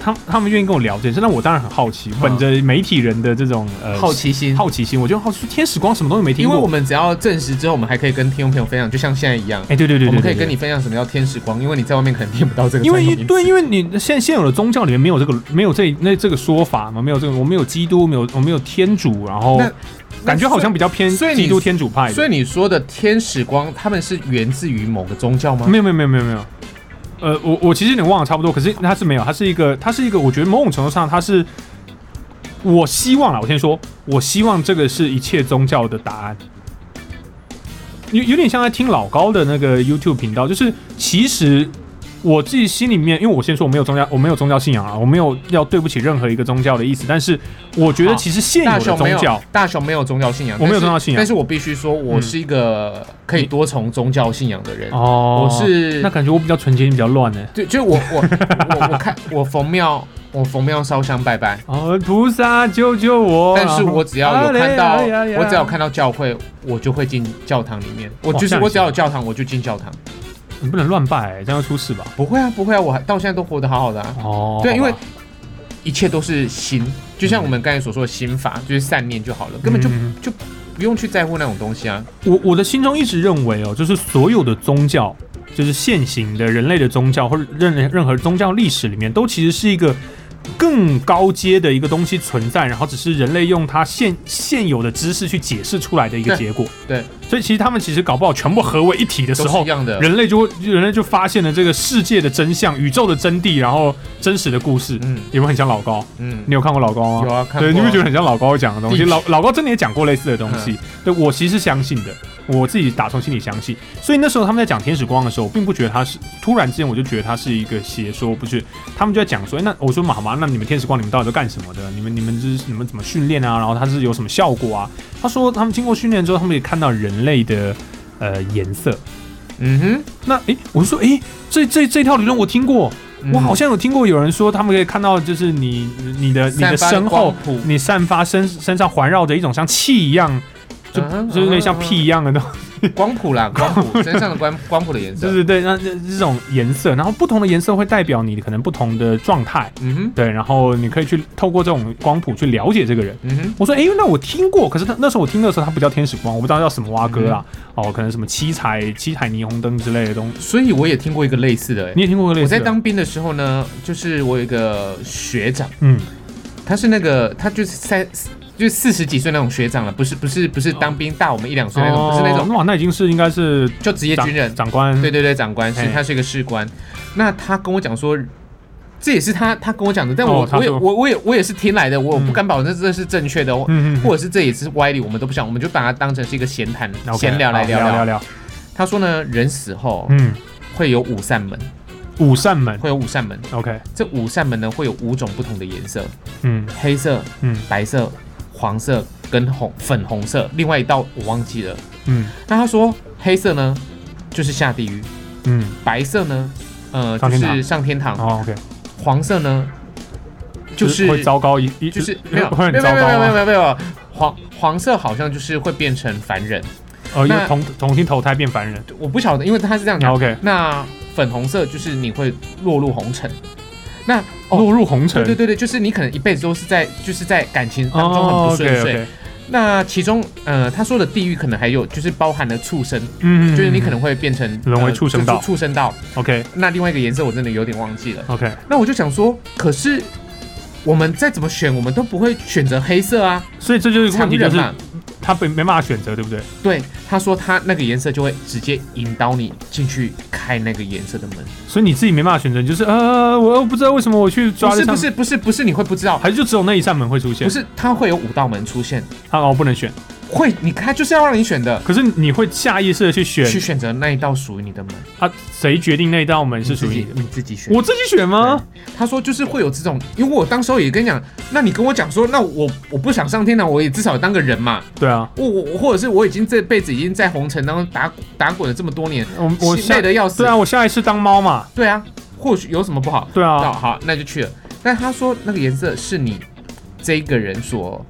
[SPEAKER 1] 他他们愿意跟我聊这件事，那我当然很好奇，本着媒体人的这种呃
[SPEAKER 2] 嗯好奇心。
[SPEAKER 1] 好奇心，我就好奇天使光什么东西没听
[SPEAKER 2] 因
[SPEAKER 1] 过，
[SPEAKER 2] 为我们只要证实之后，我们还可以跟听众朋友分享，就像现在一样，
[SPEAKER 1] 哎、对对对对
[SPEAKER 2] 我们可以
[SPEAKER 1] 对对
[SPEAKER 2] 跟你分享什么叫天使光，因为你在外面可能听不到这个
[SPEAKER 1] 因
[SPEAKER 2] 专有
[SPEAKER 1] 为
[SPEAKER 2] 名词。
[SPEAKER 1] 对，因为你现现有的宗教里面没有这个没有这那这个说法嘛，没有这个我们有基督，没有我们有天主，然后
[SPEAKER 2] 那
[SPEAKER 1] 感觉好像比较偏
[SPEAKER 2] 所以
[SPEAKER 1] 基
[SPEAKER 2] 你
[SPEAKER 1] 督天主派
[SPEAKER 2] 所
[SPEAKER 1] 的。
[SPEAKER 2] 以你说的天使光，他们是源自于某个宗教吗？
[SPEAKER 1] 没有没有没有没有没有，呃，我我其实有点忘了差不多，可是它是没有，它是一个它是一个，我觉得某种程度上它是。我希望啊，我先说，我希望这个是一切宗教的答案，有有点像在听老高的那个 YouTube 频道，就是其实我自己心里面，因为我先说我没有宗教，我没有宗教信仰啊，我没有要对不起任何一个宗教的意思，但是我觉得
[SPEAKER 2] 好
[SPEAKER 1] 其实现有
[SPEAKER 2] 啊大
[SPEAKER 1] 的
[SPEAKER 2] 雄没
[SPEAKER 1] 宗
[SPEAKER 2] 有
[SPEAKER 1] 教，，
[SPEAKER 2] 大雄没有宗教信仰，嗯
[SPEAKER 1] 我没有
[SPEAKER 2] 但是
[SPEAKER 1] 宗教信仰
[SPEAKER 2] 但是我必须说，我是一个可以多重宗教信仰的人。
[SPEAKER 1] 哦
[SPEAKER 2] 我是
[SPEAKER 1] 那感觉我比较纯洁，你比较乱欸呢、
[SPEAKER 2] 对，就是我我我我看我逢庙我逢庙烧香拜拜，
[SPEAKER 1] 哦，菩萨救救我！
[SPEAKER 2] 但是我只要有看
[SPEAKER 1] 哦
[SPEAKER 2] 到
[SPEAKER 1] 哎呀哎呀哎呀
[SPEAKER 2] 我只要有看到教会，我就会进教堂里面。我
[SPEAKER 1] 哇
[SPEAKER 2] 就是
[SPEAKER 1] 像你
[SPEAKER 2] 我只要有教堂，我就进教堂。
[SPEAKER 1] 你不能乱拜、这样要出事吧？
[SPEAKER 2] 不会啊，不会啊，我还到现在都活得好好的啊。
[SPEAKER 1] 哦，
[SPEAKER 2] 对，因为
[SPEAKER 1] 好吧
[SPEAKER 2] 一切都是心，就像我们刚才所说的心法，就是善念就好了，根本就
[SPEAKER 1] 嗯
[SPEAKER 2] 就不用去在乎那种东西啊。
[SPEAKER 1] 我我的心中一直认为哦，就是所有的宗教，就是现行的人类的宗教或者任任何宗教历史里面，都其实是一个更高阶的一个东西存在，然后只是人类用它现现有的知识去解释出来的一个
[SPEAKER 2] 对
[SPEAKER 1] 结果。
[SPEAKER 2] 对，
[SPEAKER 1] 所以其实他们其实搞不好全部合为一体的时
[SPEAKER 2] 都是
[SPEAKER 1] 候
[SPEAKER 2] 一，样的。
[SPEAKER 1] 人类就会人类就发现了这个世界的真相、宇宙的真谛，然后真实的故事。
[SPEAKER 2] 嗯
[SPEAKER 1] 有没有很像老高？
[SPEAKER 2] 嗯，
[SPEAKER 1] 你有看过老高吗？
[SPEAKER 2] 有啊，看
[SPEAKER 1] 对，你
[SPEAKER 2] 过
[SPEAKER 1] 会觉得很像老高讲的东西。
[SPEAKER 2] 地区
[SPEAKER 1] 老老高真的也讲过类似的东西。对我其实是相信
[SPEAKER 2] 嗯
[SPEAKER 1] 的，我自己打从心里相信。所以那时候他们在讲天使光的时候，我并不觉得他是突然之间我就觉得他是一个邪说，不是？他们就在讲说，哎，那我说嘛好嘛，那你们天使光你们到底都干什么的？你们你们就是你们怎么训练啊？然后它是有什么效果啊？他说他们经过训练之后，他们也看到人类的呃颜色。
[SPEAKER 2] 嗯哼，
[SPEAKER 1] 那诶，我就说诶，这这这套理论我听过，
[SPEAKER 2] 嗯
[SPEAKER 1] 我好像有听过有人说，他们可以看到，就是你你的你的
[SPEAKER 2] 嗯散发
[SPEAKER 1] 身后
[SPEAKER 2] 光谱，
[SPEAKER 1] 你散发身身上环绕着一种像气一样，就
[SPEAKER 2] 嗯哼
[SPEAKER 1] 就是有点像
[SPEAKER 2] 嗯哼
[SPEAKER 1] 屁一样的东西，
[SPEAKER 2] 光谱啦，光谱身上的光光谱的颜
[SPEAKER 1] 就
[SPEAKER 2] 色。
[SPEAKER 1] 是对，那这这种颜色，然后不同的颜色会代表你可能不同的状态，
[SPEAKER 2] 嗯哼，
[SPEAKER 1] 对，然后你可以去透过这种光谱去了解这个人。
[SPEAKER 2] 嗯哼，
[SPEAKER 1] 我说，诶，那我听过，可是那那时候我听的时候，它不叫天使光，我不知道叫什么蛙哥啦，
[SPEAKER 2] 嗯
[SPEAKER 1] 哦，可能什么七彩七彩霓虹灯之类的东西。
[SPEAKER 2] 所以我也听过一个类似的、欸，
[SPEAKER 1] 你也听过类
[SPEAKER 2] 我
[SPEAKER 1] 似的？
[SPEAKER 2] 在当兵的时候呢，就是我有一个学长，
[SPEAKER 1] 嗯，
[SPEAKER 2] 他是那个他就是三就是四十几岁那种学长了，不是不是不是当兵大我们一两岁那种，不是那种
[SPEAKER 1] 哦哇，那已经是应该是
[SPEAKER 2] 就职业
[SPEAKER 1] 长
[SPEAKER 2] 军人，
[SPEAKER 1] 长官，
[SPEAKER 2] 对对对，长官是
[SPEAKER 1] 嘿
[SPEAKER 2] 他是一个士官，那他跟我讲说。这也是他他跟我讲的，但我、
[SPEAKER 1] 哦他
[SPEAKER 2] 我也
[SPEAKER 1] 说
[SPEAKER 2] 我我也我也是听来的，我
[SPEAKER 1] 嗯
[SPEAKER 2] 不敢保证这是正确的哦，
[SPEAKER 1] 嗯，嗯嗯
[SPEAKER 2] 或者是这也是歪理，我们都不想，我们就把它当成是一个闲谈
[SPEAKER 1] OK，
[SPEAKER 2] 闲聊来
[SPEAKER 1] 好聊
[SPEAKER 2] 聊。
[SPEAKER 1] 聊，
[SPEAKER 2] 他说呢，人死后、
[SPEAKER 1] 嗯，
[SPEAKER 2] 会有五扇门，
[SPEAKER 1] 五扇门
[SPEAKER 2] 会有五扇门，
[SPEAKER 1] ，OK，
[SPEAKER 2] 这五扇门呢会有五种不同的颜色，
[SPEAKER 1] 嗯
[SPEAKER 2] 黑色、
[SPEAKER 1] 嗯
[SPEAKER 2] 白色、黄色跟红粉红色，另外一道我忘记了。
[SPEAKER 1] 嗯
[SPEAKER 2] 那他说黑色呢就是下地狱，
[SPEAKER 1] 嗯，
[SPEAKER 2] 白色呢呃
[SPEAKER 1] 上
[SPEAKER 2] 就
[SPEAKER 1] 天堂
[SPEAKER 2] 是上天堂，
[SPEAKER 1] 哦，OK，
[SPEAKER 2] 黄色呢就是
[SPEAKER 1] 会糟糕一一
[SPEAKER 2] 就是没 有
[SPEAKER 1] 会很
[SPEAKER 2] 没有
[SPEAKER 1] 糟啊
[SPEAKER 2] 没有没有
[SPEAKER 1] 糕
[SPEAKER 2] 没有没
[SPEAKER 1] 吗？
[SPEAKER 2] 有没有黄黄色好像就是会变成凡人，
[SPEAKER 1] 哦，因为
[SPEAKER 2] 那
[SPEAKER 1] 重重新投胎变凡人。
[SPEAKER 2] 我不晓得，因为他是这样讲。
[SPEAKER 1] OK，
[SPEAKER 2] 那粉红色就是你会落入红尘，那哦
[SPEAKER 1] 落入红尘。
[SPEAKER 2] 对对对对，就是你可能一辈子都是在就是在感情当中很
[SPEAKER 1] 哦
[SPEAKER 2] 不顺
[SPEAKER 1] ，OK
[SPEAKER 2] 遂。
[SPEAKER 1] OK，
[SPEAKER 2] 那其中呃，他说的地狱可能还有就是包含了畜生，
[SPEAKER 1] 嗯，
[SPEAKER 2] 就是你可能会变成
[SPEAKER 1] 沦为
[SPEAKER 2] 呃
[SPEAKER 1] 畜生道
[SPEAKER 2] 就是畜生道。
[SPEAKER 1] OK
[SPEAKER 2] 那另外一个颜色我真的有点忘记了。
[SPEAKER 1] OK，
[SPEAKER 2] 那我就想说，可是我们再怎么选，我们都不会选择黑色啊。
[SPEAKER 1] 所以这就是问
[SPEAKER 2] 常
[SPEAKER 1] 题，就
[SPEAKER 2] 人
[SPEAKER 1] 是
[SPEAKER 2] 嘛，
[SPEAKER 1] 他没没办法选择，对不对？
[SPEAKER 2] 对，他说他那个颜色就会直接引导你进去开那个颜色的门。
[SPEAKER 1] 所以你自己没办法选择，你就是呃，我又不知道为什么我去抓
[SPEAKER 2] 不
[SPEAKER 1] 这
[SPEAKER 2] 是
[SPEAKER 1] 扇门，
[SPEAKER 2] 不是不是不是，你会不知道，
[SPEAKER 1] 还是就只有那一扇门会出现
[SPEAKER 2] 不？是它会有五道门出现，
[SPEAKER 1] 啊哦，不能选。
[SPEAKER 2] 会你它就是要让你选的，
[SPEAKER 1] 可是你会下意识的去选
[SPEAKER 2] 去选择那一道属于你的门，
[SPEAKER 1] 啊，谁决定那一道门是属于
[SPEAKER 2] 你
[SPEAKER 1] 你的？
[SPEAKER 2] 自己你自己选。
[SPEAKER 1] 我自己选吗？
[SPEAKER 2] 啊他说就是会有这种，因为我当时候也跟你讲，那你跟我讲说，那我我不想上天啊堂，我也至少当个人嘛。
[SPEAKER 1] 对啊，
[SPEAKER 2] 我我我或者是我已经这辈子已经在红尘当中打打滚了这么多年，
[SPEAKER 1] 我我
[SPEAKER 2] 心累
[SPEAKER 1] 下
[SPEAKER 2] 的要死。
[SPEAKER 1] 对啊，我下一次当猫嘛。
[SPEAKER 2] 对啊，或许有什么不好？
[SPEAKER 1] 对
[SPEAKER 2] 那
[SPEAKER 1] 啊，
[SPEAKER 2] 好，那就去了。但他说那个颜色是你这一个人所，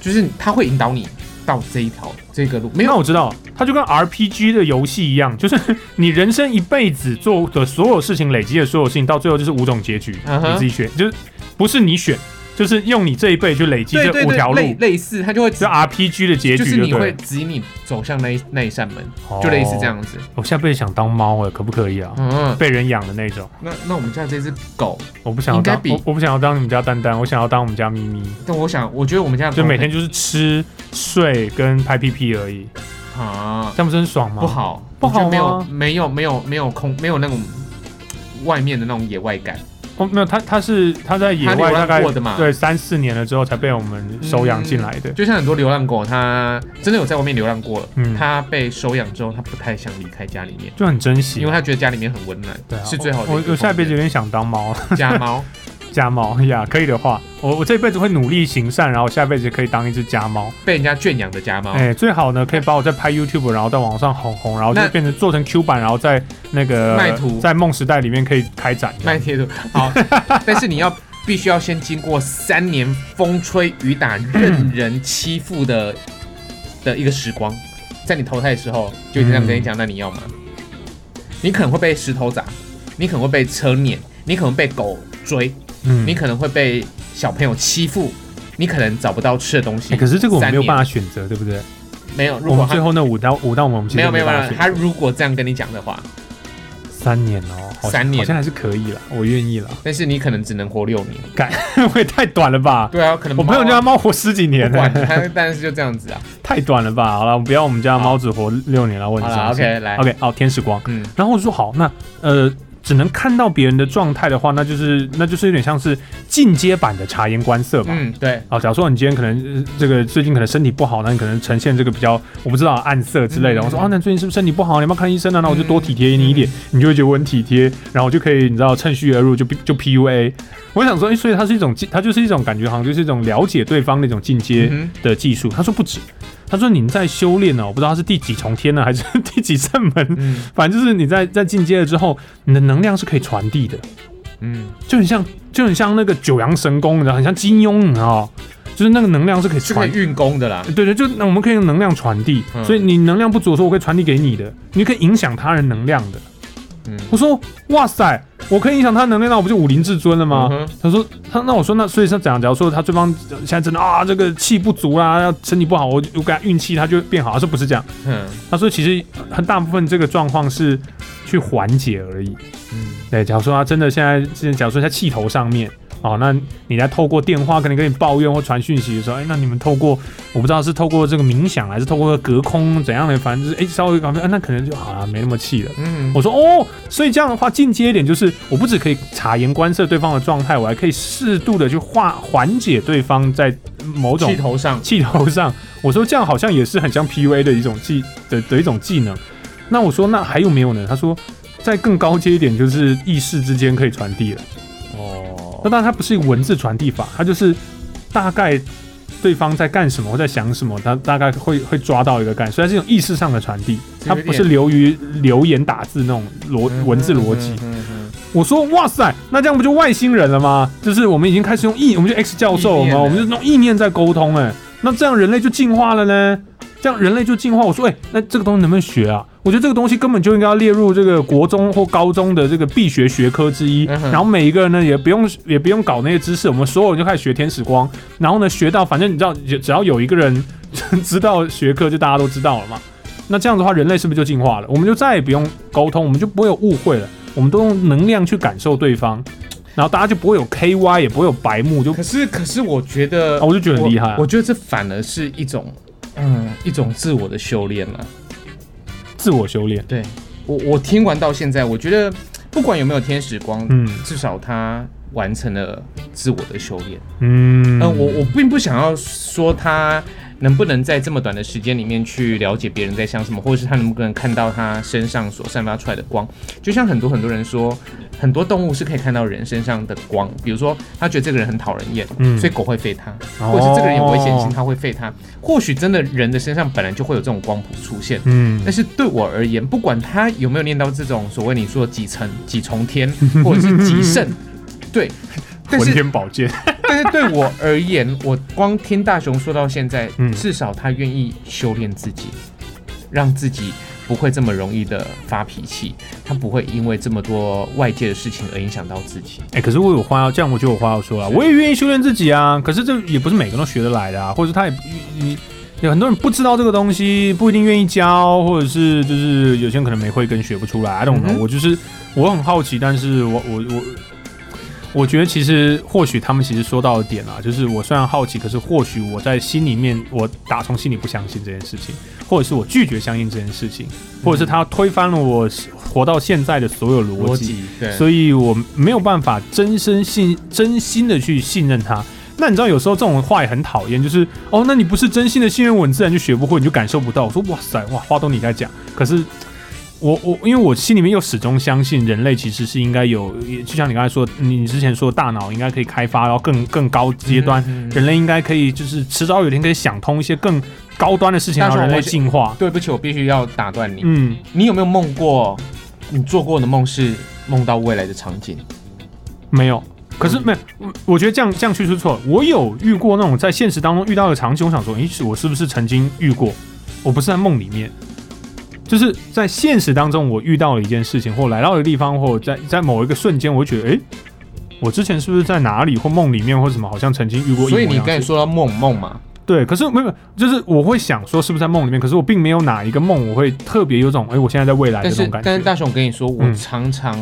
[SPEAKER 2] 就是他会引导你到这一条这个路，没
[SPEAKER 1] 那
[SPEAKER 2] 有
[SPEAKER 1] 我知道，它就跟 RPG 的游戏一样，就是你人生一辈子做的所有事情，累积的所有事情，到最后就是五种结局，
[SPEAKER 2] 嗯哼
[SPEAKER 1] 你自己选，就是不是你选，就是用你这一辈去累积
[SPEAKER 2] 对对
[SPEAKER 1] 这五条
[SPEAKER 2] 对
[SPEAKER 1] 路，
[SPEAKER 2] 类类似，他就会
[SPEAKER 1] 就 RPG 的结
[SPEAKER 2] 就
[SPEAKER 1] 局
[SPEAKER 2] 是
[SPEAKER 1] 就
[SPEAKER 2] 你
[SPEAKER 1] 对
[SPEAKER 2] 会
[SPEAKER 1] 了。
[SPEAKER 2] 指引你走向那一那一扇门，就类似这样子。
[SPEAKER 1] 哦。我下辈子想当猫哎，可不可以啊？
[SPEAKER 2] 嗯，
[SPEAKER 1] 被人养的那种，
[SPEAKER 2] 那那我们家这只狗，
[SPEAKER 1] 我不想要
[SPEAKER 2] 应该
[SPEAKER 1] 当，
[SPEAKER 2] 比
[SPEAKER 1] 我我不想要当你们家丹丹，我想要当我们家咪咪，
[SPEAKER 2] 但我想，我觉得我们家的狗
[SPEAKER 1] 就每天就是吃睡跟拍屁屁而已，
[SPEAKER 2] 啊
[SPEAKER 1] 这样不是很爽吗？
[SPEAKER 2] 不，好，
[SPEAKER 1] 不好
[SPEAKER 2] 我觉得没有
[SPEAKER 1] 吗
[SPEAKER 2] 没有没有没有空没有那种外面的那种野外感。
[SPEAKER 1] 哦，没有，他他是他在野
[SPEAKER 2] 它
[SPEAKER 1] 外
[SPEAKER 2] 流
[SPEAKER 1] 大
[SPEAKER 2] 浪
[SPEAKER 1] 概
[SPEAKER 2] 过的嗯嘛
[SPEAKER 1] 对三四年了之后才被我们收养进来的。
[SPEAKER 2] 就像很多流浪狗，它真的有在外面流浪过了，
[SPEAKER 1] 嗯
[SPEAKER 2] 它被收养之后，它不太想离开家里面，
[SPEAKER 1] 就很珍惜，
[SPEAKER 2] 因为它觉得家里面很温暖，
[SPEAKER 1] 啊对啊，
[SPEAKER 2] 是最好的
[SPEAKER 1] 我
[SPEAKER 2] 一
[SPEAKER 1] 我
[SPEAKER 2] 个
[SPEAKER 1] 我下辈子
[SPEAKER 2] 空
[SPEAKER 1] 有点想当猫，
[SPEAKER 2] 间家猫，
[SPEAKER 1] 家猫呀，可以的话，我我这辈子会努力行善，然后下辈子可以当一只家猫。
[SPEAKER 2] 被人家圈养的 家猫。
[SPEAKER 1] 哎、最好呢可以把我再拍 YouTube，然后在网上红红，然后就
[SPEAKER 2] 那
[SPEAKER 1] 变成做成 Q 版，然后在那个
[SPEAKER 2] 卖图
[SPEAKER 1] 在梦时代里面可以开 展。
[SPEAKER 2] 卖贴图好，但是你要必须要先经过三年风吹雨打、任人欺负
[SPEAKER 1] 嗯
[SPEAKER 2] 的的一个时光，在你投胎的时候就已经
[SPEAKER 1] 嗯
[SPEAKER 2] 这样跟你讲，那你要吗？你可能会被石头砸，你可能会被车碾，你可能被狗追，
[SPEAKER 1] 嗯
[SPEAKER 2] 你可能会被小朋友欺负，你可能找不到吃的东西。
[SPEAKER 1] 哎可是这个我们没有办法
[SPEAKER 2] 法，
[SPEAKER 1] 选择，对不对？
[SPEAKER 2] 没有，如
[SPEAKER 1] 我
[SPEAKER 2] 果
[SPEAKER 1] 们最
[SPEAKER 2] 他
[SPEAKER 1] 后那五道五道门，我们其实
[SPEAKER 2] 没有没有没
[SPEAKER 1] 办
[SPEAKER 2] 有
[SPEAKER 1] 法，选
[SPEAKER 2] 他如果这样跟你讲的话，
[SPEAKER 1] 三年哦、好像
[SPEAKER 2] 三年
[SPEAKER 1] 好像还是可以了，我愿意了。
[SPEAKER 2] 但是你可能只能活六年。
[SPEAKER 1] 我也太短了吧！
[SPEAKER 2] 对啊，可能
[SPEAKER 1] 我朋友
[SPEAKER 2] 猫
[SPEAKER 1] 家猫活十几年
[SPEAKER 2] 不管
[SPEAKER 1] 了，
[SPEAKER 2] 他，但是就这样子啊。
[SPEAKER 1] 太短了吧？好了，我们不要我们家猫只活六年了，我
[SPEAKER 2] 好
[SPEAKER 1] 很
[SPEAKER 2] 了
[SPEAKER 1] 伤心。
[SPEAKER 2] ，OK，来
[SPEAKER 1] OK，好，天使光。
[SPEAKER 2] 嗯，
[SPEAKER 1] 然后我就说好，那呃，只能看到别人的状态的话，那就是那就是有点像是进阶版的察言观色吧。
[SPEAKER 2] 嗯，对，
[SPEAKER 1] 啊，假如说你今天可能呃这个最近可能身体不好，那你可能呈现这个比较我不知道暗色之类的。
[SPEAKER 2] 嗯
[SPEAKER 1] 我说啊，那你最近是不是身体不好？你要不要看医生啊？那我就多
[SPEAKER 2] 嗯
[SPEAKER 1] 体贴你一点，你就会觉得我很体贴，然后我就可以你知道趁虚而入就 P- 就 PUA。我想说，哎、所以它是一种进，它就是一种感觉，好像就是一种了解对方那种进阶
[SPEAKER 2] 嗯
[SPEAKER 1] 的技术。他说不止，他说你们在修炼哦呢，我不知道他是第几重天呢，还是 第几扇门，
[SPEAKER 2] 嗯
[SPEAKER 1] 反正就是你在在进阶了之后，你的能量是可以传递的。
[SPEAKER 2] 嗯，
[SPEAKER 1] 就很像就很像那个九阳神功，你知道，很像金庸，你知道，就是那个能量是可以
[SPEAKER 2] 是可
[SPEAKER 1] 传
[SPEAKER 2] 以。运功的啦。
[SPEAKER 1] 对对，就那我们可以用能量传递，
[SPEAKER 2] 嗯
[SPEAKER 1] 所以你能量不足的时候，我可以传递给你的，你可以影响他人能量的。
[SPEAKER 2] 嗯，
[SPEAKER 1] 我说，哇塞，我可以影响他的能量，那我不就武林至尊了吗？
[SPEAKER 2] 嗯哼
[SPEAKER 1] 他说，他那我说那所以是怎样？假如说他对方呃现在真的啊，这个气不足啦、要身体不好，我我给他运气，他就会变好。他说不是这样，
[SPEAKER 2] 嗯
[SPEAKER 1] 他说其实很大部分这个状况是去缓解而已。
[SPEAKER 2] 嗯
[SPEAKER 1] 对，假如说他真的现在，之前假如说在气头上面，哦，那你在透过电话可能跟你抱怨或传讯息的时候，哎，那你们透过我不知道是透过这个冥想还是透过隔空怎样的，反正就是哎稍微搞、啊，那可能就好了，没那么气了。
[SPEAKER 2] 嗯，
[SPEAKER 1] 我说哦，所以这样的话进阶一点就是，我不只可以察言观色对方的状态，我还可以适度的去化缓解对方在某种
[SPEAKER 2] 嗯气头上，
[SPEAKER 1] 气头上，我说这样好像也是很像 PUA 的一种技的的一种技能。那我说那还有没有呢？他说再更高阶一点就是意识之间可以传递了。那
[SPEAKER 2] 哦，
[SPEAKER 1] 当然它不是文字传递法，它就是大概对方在干什么或在想什么，他大概会会抓到一个感，所以它是一种意识上的传递，它不是流于留言打字那种逻文字逻辑。
[SPEAKER 2] 嗯嗯
[SPEAKER 1] 我说哇塞，那这样不就外星人了吗？就是我们已经开始用意，我们就 X 教授
[SPEAKER 2] 意念
[SPEAKER 1] 嘛，
[SPEAKER 2] 了
[SPEAKER 1] 我们就用意念在沟通哎、那这样人类就进化了呢？这样人类就进化。我说，哎、那这个东西能不能学啊？我觉得这个东西根本就应该要列入这个国中或高中的这个必学学科之一。
[SPEAKER 2] 嗯哼
[SPEAKER 1] 然后每一个人呢，也不用也不用搞那些知识，我们所有人就开始学天使光。然后呢，学到反正你知道，只只要有一个人知道学科，就大家都知道了嘛。那这样的话，人类是不是就进化了？我们就再也不用沟通，我们就不会有误会了，我们都用能量去感受对方，然后大家就不会有 K Y，也不会有白目，就啊
[SPEAKER 2] 可是可是我觉得，
[SPEAKER 1] 啊我就觉得很厉害啊
[SPEAKER 2] 我。我觉得这反而是一种，嗯，一种自我的修炼了。
[SPEAKER 1] 自我修炼。
[SPEAKER 2] 对我我听完到现在，我觉得不管有没有天使光，
[SPEAKER 1] 嗯
[SPEAKER 2] 至少他完成了自我的修炼。
[SPEAKER 1] 嗯，
[SPEAKER 2] 嗯、我我并不想要说他能不能在这么短的时间里面去了解别人在想什么，或者是他能不能看到他身上所散发出来的光。就像很多很多人说，很多动物是可以看到人身上的光，比如说他觉得这个人很讨人厌，
[SPEAKER 1] 嗯
[SPEAKER 2] 所以狗会吠他，
[SPEAKER 1] 哦
[SPEAKER 2] 或者是这个人有危险性，他会吠他。或许真的人的身上本来就会有这种光谱出现。
[SPEAKER 1] 嗯
[SPEAKER 2] 但是对我而言，不管他有没有念到这种所谓你说的几层、几重天，或者是极圣，对，但
[SPEAKER 1] 浑
[SPEAKER 2] 是
[SPEAKER 1] 天宝剑，
[SPEAKER 2] 但是对我而言，我光听大雄说到现在，
[SPEAKER 1] 嗯
[SPEAKER 2] 至少他愿意修炼自己，让自己不会这么容易的发脾气，他不会因为这么多外界的事情而影响到自己。
[SPEAKER 1] 哎、可是我有话要，这样我就有话要说了。
[SPEAKER 2] 是
[SPEAKER 1] 我也愿意修炼自己啊，可是这也不是每个人都学得来的啊，或者他也你有很多人不知道这个东西，不一定愿意教，或者是就是有些人可能没慧根学不出来，I don't know、
[SPEAKER 2] 嗯哼
[SPEAKER 1] 我就是我很好奇，但是我我我我觉得其实或许他们其实说到的点啊，就是我虽然好奇，可是或许我在心里面，我打从心里不相信这件事情，或者是我拒绝相信这件事情，或者是他推翻了我活到现在的所有逻辑。
[SPEAKER 2] 对，
[SPEAKER 1] 所以我没有办法真身信真心的去信任他。那你知道有时候这种话也很讨厌，就是哦，那你不是真心的信任我，你自然就学不会，你就感受不到。我说哇塞，哇，话都你在讲，可是。我我因为我心里面又始终相信人类其实是应该有，也就像你刚才说，你你之前说大脑应该可以开发到更更高阶端，
[SPEAKER 2] 嗯嗯嗯
[SPEAKER 1] 人类应该可以就是迟早有一天可以想通一些更高端的事情，
[SPEAKER 2] 但
[SPEAKER 1] 让
[SPEAKER 2] 是
[SPEAKER 1] 人类
[SPEAKER 2] 我
[SPEAKER 1] 进化。
[SPEAKER 2] 对不起，我必须要打断你。
[SPEAKER 1] 嗯，
[SPEAKER 2] 你有没有梦过？你做过的梦是梦到未来的场景？
[SPEAKER 1] 没
[SPEAKER 2] 嗯
[SPEAKER 1] 有。可是没有，我我觉得这样这样叙述错了。我有遇过那种在现实当中遇到的场景，我想说，诶，我是不是曾经遇过？我不是在梦里面，就是在现实当中我遇到了一件事情，或来到一个地方，或在在某一个瞬间，我会觉得，诶，我之前是不是在哪里或梦里面或什么，好像曾经遇过一模一样的事情？
[SPEAKER 2] 所以你刚才说到梦梦嘛，
[SPEAKER 1] 对，可是没有，没有就是我会想说是不是在梦里面，可是我并没有哪一个梦我会特别有种，诶，我现在在未来的
[SPEAKER 2] 但
[SPEAKER 1] 那
[SPEAKER 2] 是
[SPEAKER 1] 种感
[SPEAKER 2] 但是
[SPEAKER 1] 觉。
[SPEAKER 2] 大雄，我跟你说，我
[SPEAKER 1] 嗯
[SPEAKER 2] 常常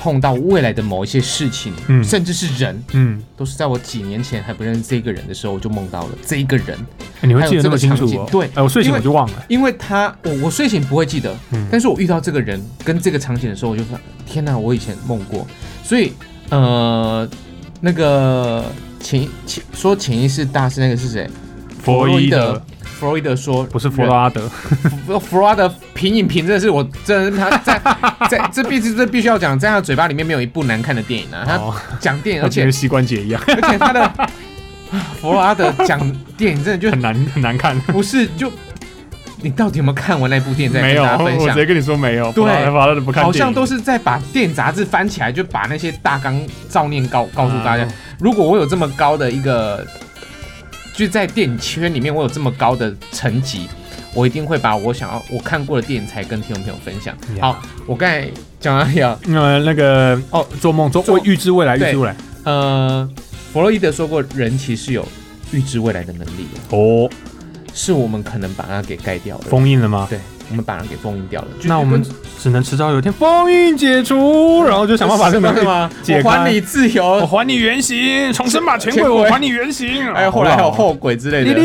[SPEAKER 2] 碰到未来的某一些事情，
[SPEAKER 1] 嗯
[SPEAKER 2] 甚至是人，
[SPEAKER 1] 嗯、
[SPEAKER 2] 都是在我几年前还不认识这个人的时候，我就梦到了这一个人，
[SPEAKER 1] 诶你会记得那么清楚
[SPEAKER 2] 还有这
[SPEAKER 1] 哦
[SPEAKER 2] 个场景？对
[SPEAKER 1] 哎，我睡醒
[SPEAKER 2] 因为
[SPEAKER 1] 我就忘了。
[SPEAKER 2] 因为他我我睡醒不会记得，
[SPEAKER 1] 嗯
[SPEAKER 2] 但是我遇到这个人跟这个场景的时候，我就说天哪，我以前梦过，所以呃，那个潜潜说潜意识大师那个是谁？
[SPEAKER 1] 弗洛伊德。
[SPEAKER 2] 弗洛伊德说
[SPEAKER 1] 不是弗拉德，
[SPEAKER 2] 啊弗弗拉的品饮评真的是我，真的是他在 在这必须这必须要讲，在他嘴巴里面没有一部难看的电影啊。
[SPEAKER 1] 哦
[SPEAKER 2] 他讲电影，
[SPEAKER 1] 而
[SPEAKER 2] 而
[SPEAKER 1] 且
[SPEAKER 2] 且
[SPEAKER 1] 跟膝关节一样，
[SPEAKER 2] 而且他的啊弗拉的讲电影真的就
[SPEAKER 1] 很难很难看。
[SPEAKER 2] 不是就你到底有没有看完那部电影？再
[SPEAKER 1] 没
[SPEAKER 2] 跟
[SPEAKER 1] 有，
[SPEAKER 2] 大家
[SPEAKER 1] 我
[SPEAKER 2] 分
[SPEAKER 1] 我直接
[SPEAKER 2] 享。
[SPEAKER 1] 跟你说没有。
[SPEAKER 2] 对
[SPEAKER 1] 弗拉德弗拉德不看电影，
[SPEAKER 2] 好像都是在把电影杂志翻起来，就把那些大纲照念告告诉大家
[SPEAKER 1] 啊。
[SPEAKER 2] 如果我有这么高的一个，就在电影圈里面，我有这么高的成绩，我一定会把我想要我看过的电影才跟听众朋友分享。
[SPEAKER 1] 呀
[SPEAKER 2] 好，我刚才讲到呀，
[SPEAKER 1] 呃那个哦，做梦做
[SPEAKER 2] 做
[SPEAKER 1] 我预知未来，预
[SPEAKER 2] 对
[SPEAKER 1] 知未来
[SPEAKER 2] 呃，弗洛伊德说过，人其实有预知未来的能力的，
[SPEAKER 1] 哦，
[SPEAKER 2] 是我们可能把它给盖掉了，
[SPEAKER 1] 封印了吗？
[SPEAKER 2] 对，我们把它给封印掉了。就
[SPEAKER 1] 那我们只能迟早有一天封印解除，然后就想办法把这个
[SPEAKER 2] 什
[SPEAKER 1] 东西。
[SPEAKER 2] 么
[SPEAKER 1] 解
[SPEAKER 2] 我还
[SPEAKER 1] 开
[SPEAKER 2] 你自
[SPEAKER 1] 我
[SPEAKER 2] 由。
[SPEAKER 1] 还你原形，重生吧，权贵！
[SPEAKER 2] 权贵
[SPEAKER 1] 我还你原形。
[SPEAKER 2] 还有哎后来还有后鬼之类
[SPEAKER 1] 滴
[SPEAKER 2] 的。
[SPEAKER 1] 滴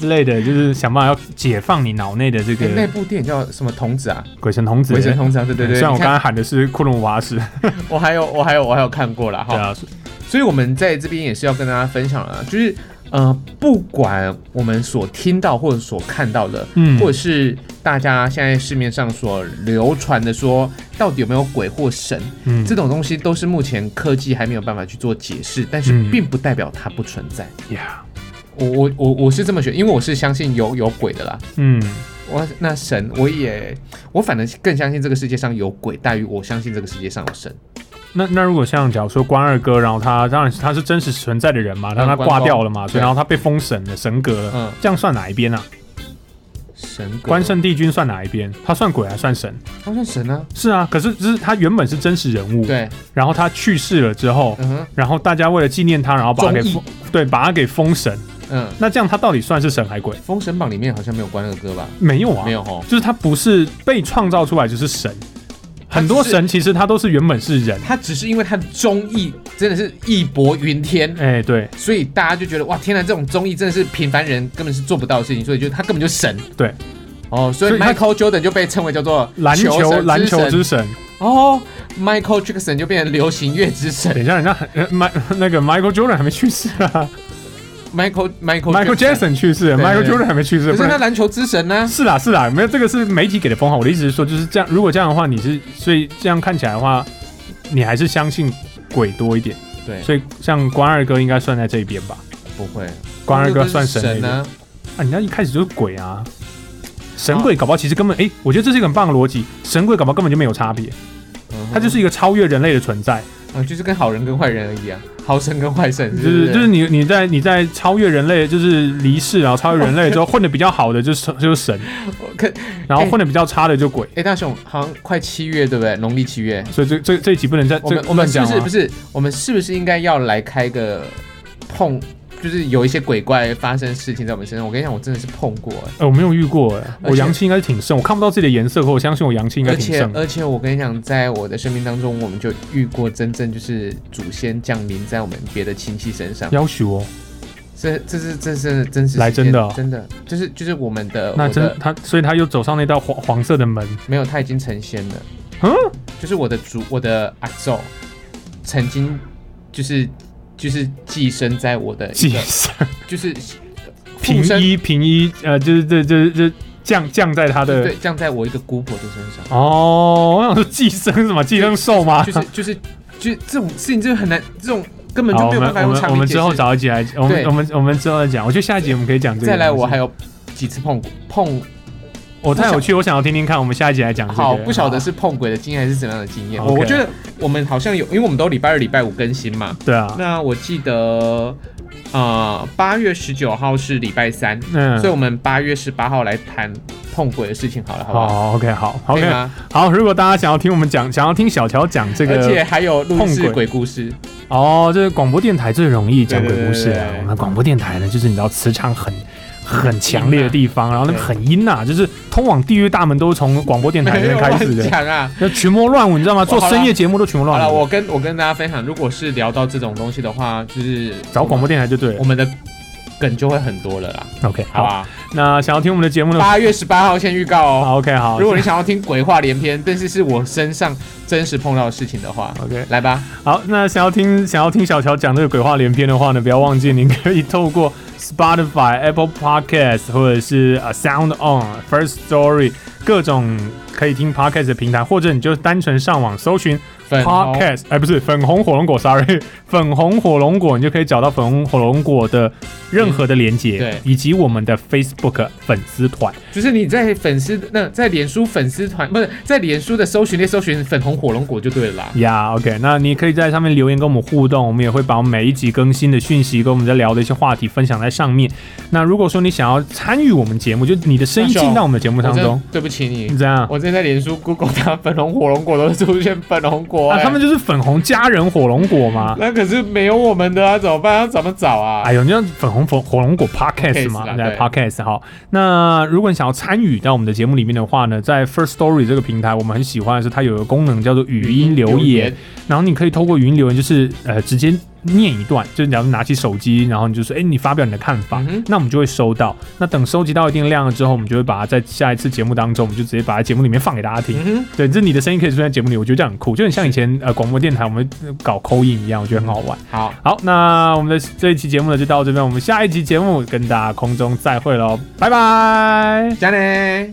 [SPEAKER 1] 之类的，就是想办法要解放你脑内的这
[SPEAKER 2] 哎，那
[SPEAKER 1] 个
[SPEAKER 2] 部电影叫什么童子啊？
[SPEAKER 1] 鬼神童子。
[SPEAKER 2] 鬼神童子啊，对对对。
[SPEAKER 1] 虽然我
[SPEAKER 2] 你
[SPEAKER 1] 刚
[SPEAKER 2] 看
[SPEAKER 1] 刚喊的是库隆瓦什，
[SPEAKER 2] 我还有我还有我还有看过了
[SPEAKER 1] 对
[SPEAKER 2] 哈。
[SPEAKER 1] 啊，
[SPEAKER 2] 所以我们在这边也是要跟大家分享了，就是呃，不管我们所听到或者所看到的，
[SPEAKER 1] 嗯
[SPEAKER 2] 或者是大家现在市面上所流传的说，到底有没有鬼或神，
[SPEAKER 1] 嗯
[SPEAKER 2] 这种东西都是目前科技还没有办法去做解释，但是
[SPEAKER 1] 嗯
[SPEAKER 2] 并不代表它不存在。
[SPEAKER 1] 呀，
[SPEAKER 2] 我我我我是这么学，因为我是相信有有鬼的啦。
[SPEAKER 1] 嗯，
[SPEAKER 2] 我那神，我也我反而更相信这个世界上有鬼，大于我相信这个世界上有神。
[SPEAKER 1] 那那如果像假如说关二哥，然后他当然是他是真实存在的人嘛，但他
[SPEAKER 2] 嗯关
[SPEAKER 1] 挂
[SPEAKER 2] 公
[SPEAKER 1] 掉了嘛，所以
[SPEAKER 2] 对
[SPEAKER 1] 然后他被封神了、神格了，
[SPEAKER 2] 嗯
[SPEAKER 1] 这样算哪一边啊？
[SPEAKER 2] 神鬼
[SPEAKER 1] 关，圣帝君算哪一边？他算鬼还算神？
[SPEAKER 2] 他算神啊，
[SPEAKER 1] 是啊，可是只是他原本是真实人物，
[SPEAKER 2] 对，
[SPEAKER 1] 然后他去世了之后，
[SPEAKER 2] 嗯哼，
[SPEAKER 1] 然后大家为了纪念他，然后把他给
[SPEAKER 2] 忠义
[SPEAKER 1] 封，对，把他给封神。
[SPEAKER 2] 嗯，
[SPEAKER 1] 那这样他到底算是神还鬼？
[SPEAKER 2] 《封神榜》里面好像没有关那个歌吧？
[SPEAKER 1] 没有啊，
[SPEAKER 2] 没有吼，
[SPEAKER 1] 就是他不是被创造出来就是神，很多
[SPEAKER 2] 他只是
[SPEAKER 1] 神其实他都是原本是人。
[SPEAKER 2] 他只是因为他的忠义真的是义薄云天。
[SPEAKER 1] 哎、对
[SPEAKER 2] 所以大家就觉得哇，天哪，这种忠义真的是平凡人根本是做不到的事情，所以就他根本就神
[SPEAKER 1] 对，
[SPEAKER 2] 哦。所以
[SPEAKER 1] 所以他
[SPEAKER 2] Michael Jordan 就被称为叫做
[SPEAKER 1] 篮
[SPEAKER 2] 神
[SPEAKER 1] 球
[SPEAKER 2] 之
[SPEAKER 1] 篮球
[SPEAKER 2] 神
[SPEAKER 1] 之神。
[SPEAKER 2] 哦，Michael Jackson 就变成流行乐之神
[SPEAKER 1] 等一下，人家还呃迈那个 Michael Jordan 还没去世 啊
[SPEAKER 2] ，Michael Michael
[SPEAKER 1] ，Michael Jackson 去世了啊
[SPEAKER 2] 对对
[SPEAKER 1] ，Michael
[SPEAKER 2] 对
[SPEAKER 1] Jordan 还没去世，
[SPEAKER 2] 可
[SPEAKER 1] 不
[SPEAKER 2] 是他
[SPEAKER 1] 然。
[SPEAKER 2] 篮球之神呢、
[SPEAKER 1] 是啦是啦，没有这个是媒体给的封号。我的意思是说，就是这样。如果这样的话，你是所以这样看起来的话，你还是相信鬼多一点。
[SPEAKER 2] 对，
[SPEAKER 1] 所以像关二哥应该算在这一边吧？
[SPEAKER 2] 不会，
[SPEAKER 1] 关二哥算
[SPEAKER 2] 神
[SPEAKER 1] 神那一边
[SPEAKER 2] 呢、
[SPEAKER 1] 啊，人家一开始就是鬼啊，神
[SPEAKER 2] 哦
[SPEAKER 1] 鬼搞不好其实根本哎、我觉得这是一个很棒的逻辑，神鬼搞不好根本就没有差别，
[SPEAKER 2] 嗯哼
[SPEAKER 1] 它就是一个超越人类的存在，
[SPEAKER 2] 啊，就是跟好人跟坏人而已啊，好神跟坏神，
[SPEAKER 1] 就是
[SPEAKER 2] 不
[SPEAKER 1] 是就是你你在你在超越人类，就是离世然后超越人类之后混的比较好的就是就是神，
[SPEAKER 2] 可
[SPEAKER 1] 然后
[SPEAKER 2] 哎
[SPEAKER 1] 混的比较差的就鬼，
[SPEAKER 2] 哎、大雄好像快七月对不对？农历七月，
[SPEAKER 1] 所以这这这一集不能再
[SPEAKER 2] 我
[SPEAKER 1] 这
[SPEAKER 2] 们我们是
[SPEAKER 1] 这
[SPEAKER 2] 不
[SPEAKER 1] 样
[SPEAKER 2] 是
[SPEAKER 1] 讲啊
[SPEAKER 2] 不
[SPEAKER 1] 吗？
[SPEAKER 2] 是我们是不是应该要来开个碰？就是有一些鬼怪发生事情在我们身上，我跟你讲，我真的是碰过、哎
[SPEAKER 1] 呃，我没有遇过、哎，我
[SPEAKER 2] 而且
[SPEAKER 1] 阳气应该是挺盛，我看不到自己的颜色，可我相信我阳气应该
[SPEAKER 2] 而
[SPEAKER 1] 挺
[SPEAKER 2] 且呃
[SPEAKER 1] 盛的。
[SPEAKER 2] 而且我跟你讲，在我的生命当中，我们就遇过真正就是祖先降临在我们别的亲戚身上，
[SPEAKER 1] 要求哦，
[SPEAKER 2] 这这是这是真实
[SPEAKER 1] 来
[SPEAKER 2] 事件
[SPEAKER 1] 真的哦
[SPEAKER 2] 真的就是就是我们的
[SPEAKER 1] 那
[SPEAKER 2] 我
[SPEAKER 1] 真
[SPEAKER 2] 的
[SPEAKER 1] 他，所以他又走上那道黄黄色的门，
[SPEAKER 2] 没有他已经成仙了，
[SPEAKER 1] 嗯，
[SPEAKER 2] 就是我的祖我的阿宙曾经就是就是寄生在我的一
[SPEAKER 1] 寄
[SPEAKER 2] 个
[SPEAKER 1] 生
[SPEAKER 2] 就是
[SPEAKER 1] 平
[SPEAKER 2] 附身
[SPEAKER 1] 一平一，呃，就是这这这降降在他的
[SPEAKER 2] 对降在我一个姑婆的身上。
[SPEAKER 1] 哦，我想说寄生是什么寄生兽吗？
[SPEAKER 2] 就是就是就是这种事情，就是很难，这种根本就
[SPEAKER 1] 好，我
[SPEAKER 2] 没有
[SPEAKER 1] 们
[SPEAKER 2] 办法
[SPEAKER 1] 我
[SPEAKER 2] 用
[SPEAKER 1] 们
[SPEAKER 2] 常
[SPEAKER 1] 我
[SPEAKER 2] 理
[SPEAKER 1] 们
[SPEAKER 2] 解
[SPEAKER 1] 之后
[SPEAKER 2] 释。
[SPEAKER 1] 找一集来，我们
[SPEAKER 2] 对
[SPEAKER 1] 我们我们之后再讲。我觉得下一集我们可以讲这个。
[SPEAKER 2] 再来，我还
[SPEAKER 1] 有
[SPEAKER 2] 有几次碰碰，
[SPEAKER 1] 我太有趣，我想要听听看。我们下一集来讲这个。啊
[SPEAKER 2] 好不晓得是碰鬼的经验还是怎么样的经验。我
[SPEAKER 1] OK
[SPEAKER 2] 我觉得我们好像有，因为我们都礼拜二、礼拜五更新嘛。
[SPEAKER 1] 对啊，
[SPEAKER 2] 那我记得，呃，八月十九号是礼拜三，
[SPEAKER 1] 嗯
[SPEAKER 2] 所以，我们八月十八号来谈碰鬼的事情好了，好不好？
[SPEAKER 1] 好 OK 好
[SPEAKER 2] 可以
[SPEAKER 1] OK
[SPEAKER 2] 吗？
[SPEAKER 1] 好。如果大家想要听我们讲，想要听小乔讲这
[SPEAKER 2] 而且
[SPEAKER 1] 个
[SPEAKER 2] 还有录
[SPEAKER 1] 碰
[SPEAKER 2] 制
[SPEAKER 1] 鬼
[SPEAKER 2] 鬼故事，
[SPEAKER 1] 哦，这是广播电台最容易讲鬼故事
[SPEAKER 2] 对对
[SPEAKER 1] 了
[SPEAKER 2] 对对。对
[SPEAKER 1] 我们广播电台呢，就是你知道磁场很。很强烈的地方，然后那个
[SPEAKER 2] 对
[SPEAKER 1] 很阴呐、就是通往地狱大门都是从广播电台那
[SPEAKER 2] 没
[SPEAKER 1] 边
[SPEAKER 2] 有
[SPEAKER 1] 开始的
[SPEAKER 2] 乱，讲啊。
[SPEAKER 1] 那群魔乱舞，你知道吗？做深夜节目都群魔
[SPEAKER 2] 好
[SPEAKER 1] 乱
[SPEAKER 2] 了，
[SPEAKER 1] 舞。
[SPEAKER 2] 我跟我跟大家分享，如果是聊到这种东西的话，就是
[SPEAKER 1] 找广播电台就对
[SPEAKER 2] 我
[SPEAKER 1] 了。
[SPEAKER 2] 们的梗就会很多了啦，
[SPEAKER 1] OK，
[SPEAKER 2] 好啊
[SPEAKER 1] 好，
[SPEAKER 2] 吧？
[SPEAKER 1] 那想要听我们的节目的，
[SPEAKER 2] 八月十八号先预告哦。
[SPEAKER 1] 好 OK，好。
[SPEAKER 2] 如果你想要听鬼话连篇， 但是是我身上真实碰到的事情的话，
[SPEAKER 1] OK，
[SPEAKER 2] 来吧，
[SPEAKER 1] 好，那想要听想要听小乔讲这个鬼话连篇的话呢，不要忘记您可以透过 Spotify、Apple Podcast 或者是呃 Sound On、First Story 各种可以听 Podcast 的平台，或者你就单纯上网搜寻
[SPEAKER 2] 粉红
[SPEAKER 1] Podcast，哎，不是粉红火龙果，sorry，粉 红火龙果，你就可以找到粉红火龙果的任何的连接，
[SPEAKER 2] 对
[SPEAKER 1] 以及我们的 Facebook 粉丝团。
[SPEAKER 2] 就是你在粉丝那在脸书粉丝团不是在脸书的搜寻列搜寻粉红火龙果就对了啦。
[SPEAKER 1] 呀、o k 那你可以在上面留言跟我们互动，我们也会把每一集更新的讯息跟我们在聊的一些话题分享在上面。那如果说你想要参与我们节目，就你的声音
[SPEAKER 2] 大雄
[SPEAKER 1] 进到我们的节目
[SPEAKER 2] 我
[SPEAKER 1] 当
[SPEAKER 2] 真的
[SPEAKER 1] 中，
[SPEAKER 2] 对不起你，
[SPEAKER 1] 这样。
[SPEAKER 2] 我之前在脸书 Google 它粉红火龙果都出现粉红果、
[SPEAKER 1] 啊，
[SPEAKER 2] 哎
[SPEAKER 1] 他们就是粉红佳人火龙果嘛。
[SPEAKER 2] 那可是没有我们的啊，怎么办？要怎么找啊？
[SPEAKER 1] 哎呦，你像粉红火火龙果 podcast
[SPEAKER 2] Podcast
[SPEAKER 1] 嘛，
[SPEAKER 2] 啦
[SPEAKER 1] 对
[SPEAKER 2] 对
[SPEAKER 1] podcast 好。那如果你想要参与到我们的节目里面的话呢，在 First Story 这个平台，我们很喜欢的是它有一个功能叫做语音留言，然后你可以透过语音留言，就是呃直接念一段，就是假如拿起手机，然后你就说，哎、你发表你的看法，
[SPEAKER 2] 嗯哼
[SPEAKER 1] 那我们就会收到。那等收集到一定量了之后，我们就会把它在下一次节目当中，我们就直接把它节目里面放给大家听。
[SPEAKER 2] 嗯
[SPEAKER 1] 对，这你的声音可以出现在节目里，我觉得这样很酷，就很像以前呃广播电台我们呃搞扣印一样，我觉得很好玩。
[SPEAKER 2] 哼，好，
[SPEAKER 1] 好，那我们的这一期节目呢就到这边，我们下一期节目跟大家空中再会喽，拜拜。
[SPEAKER 2] 加嘞。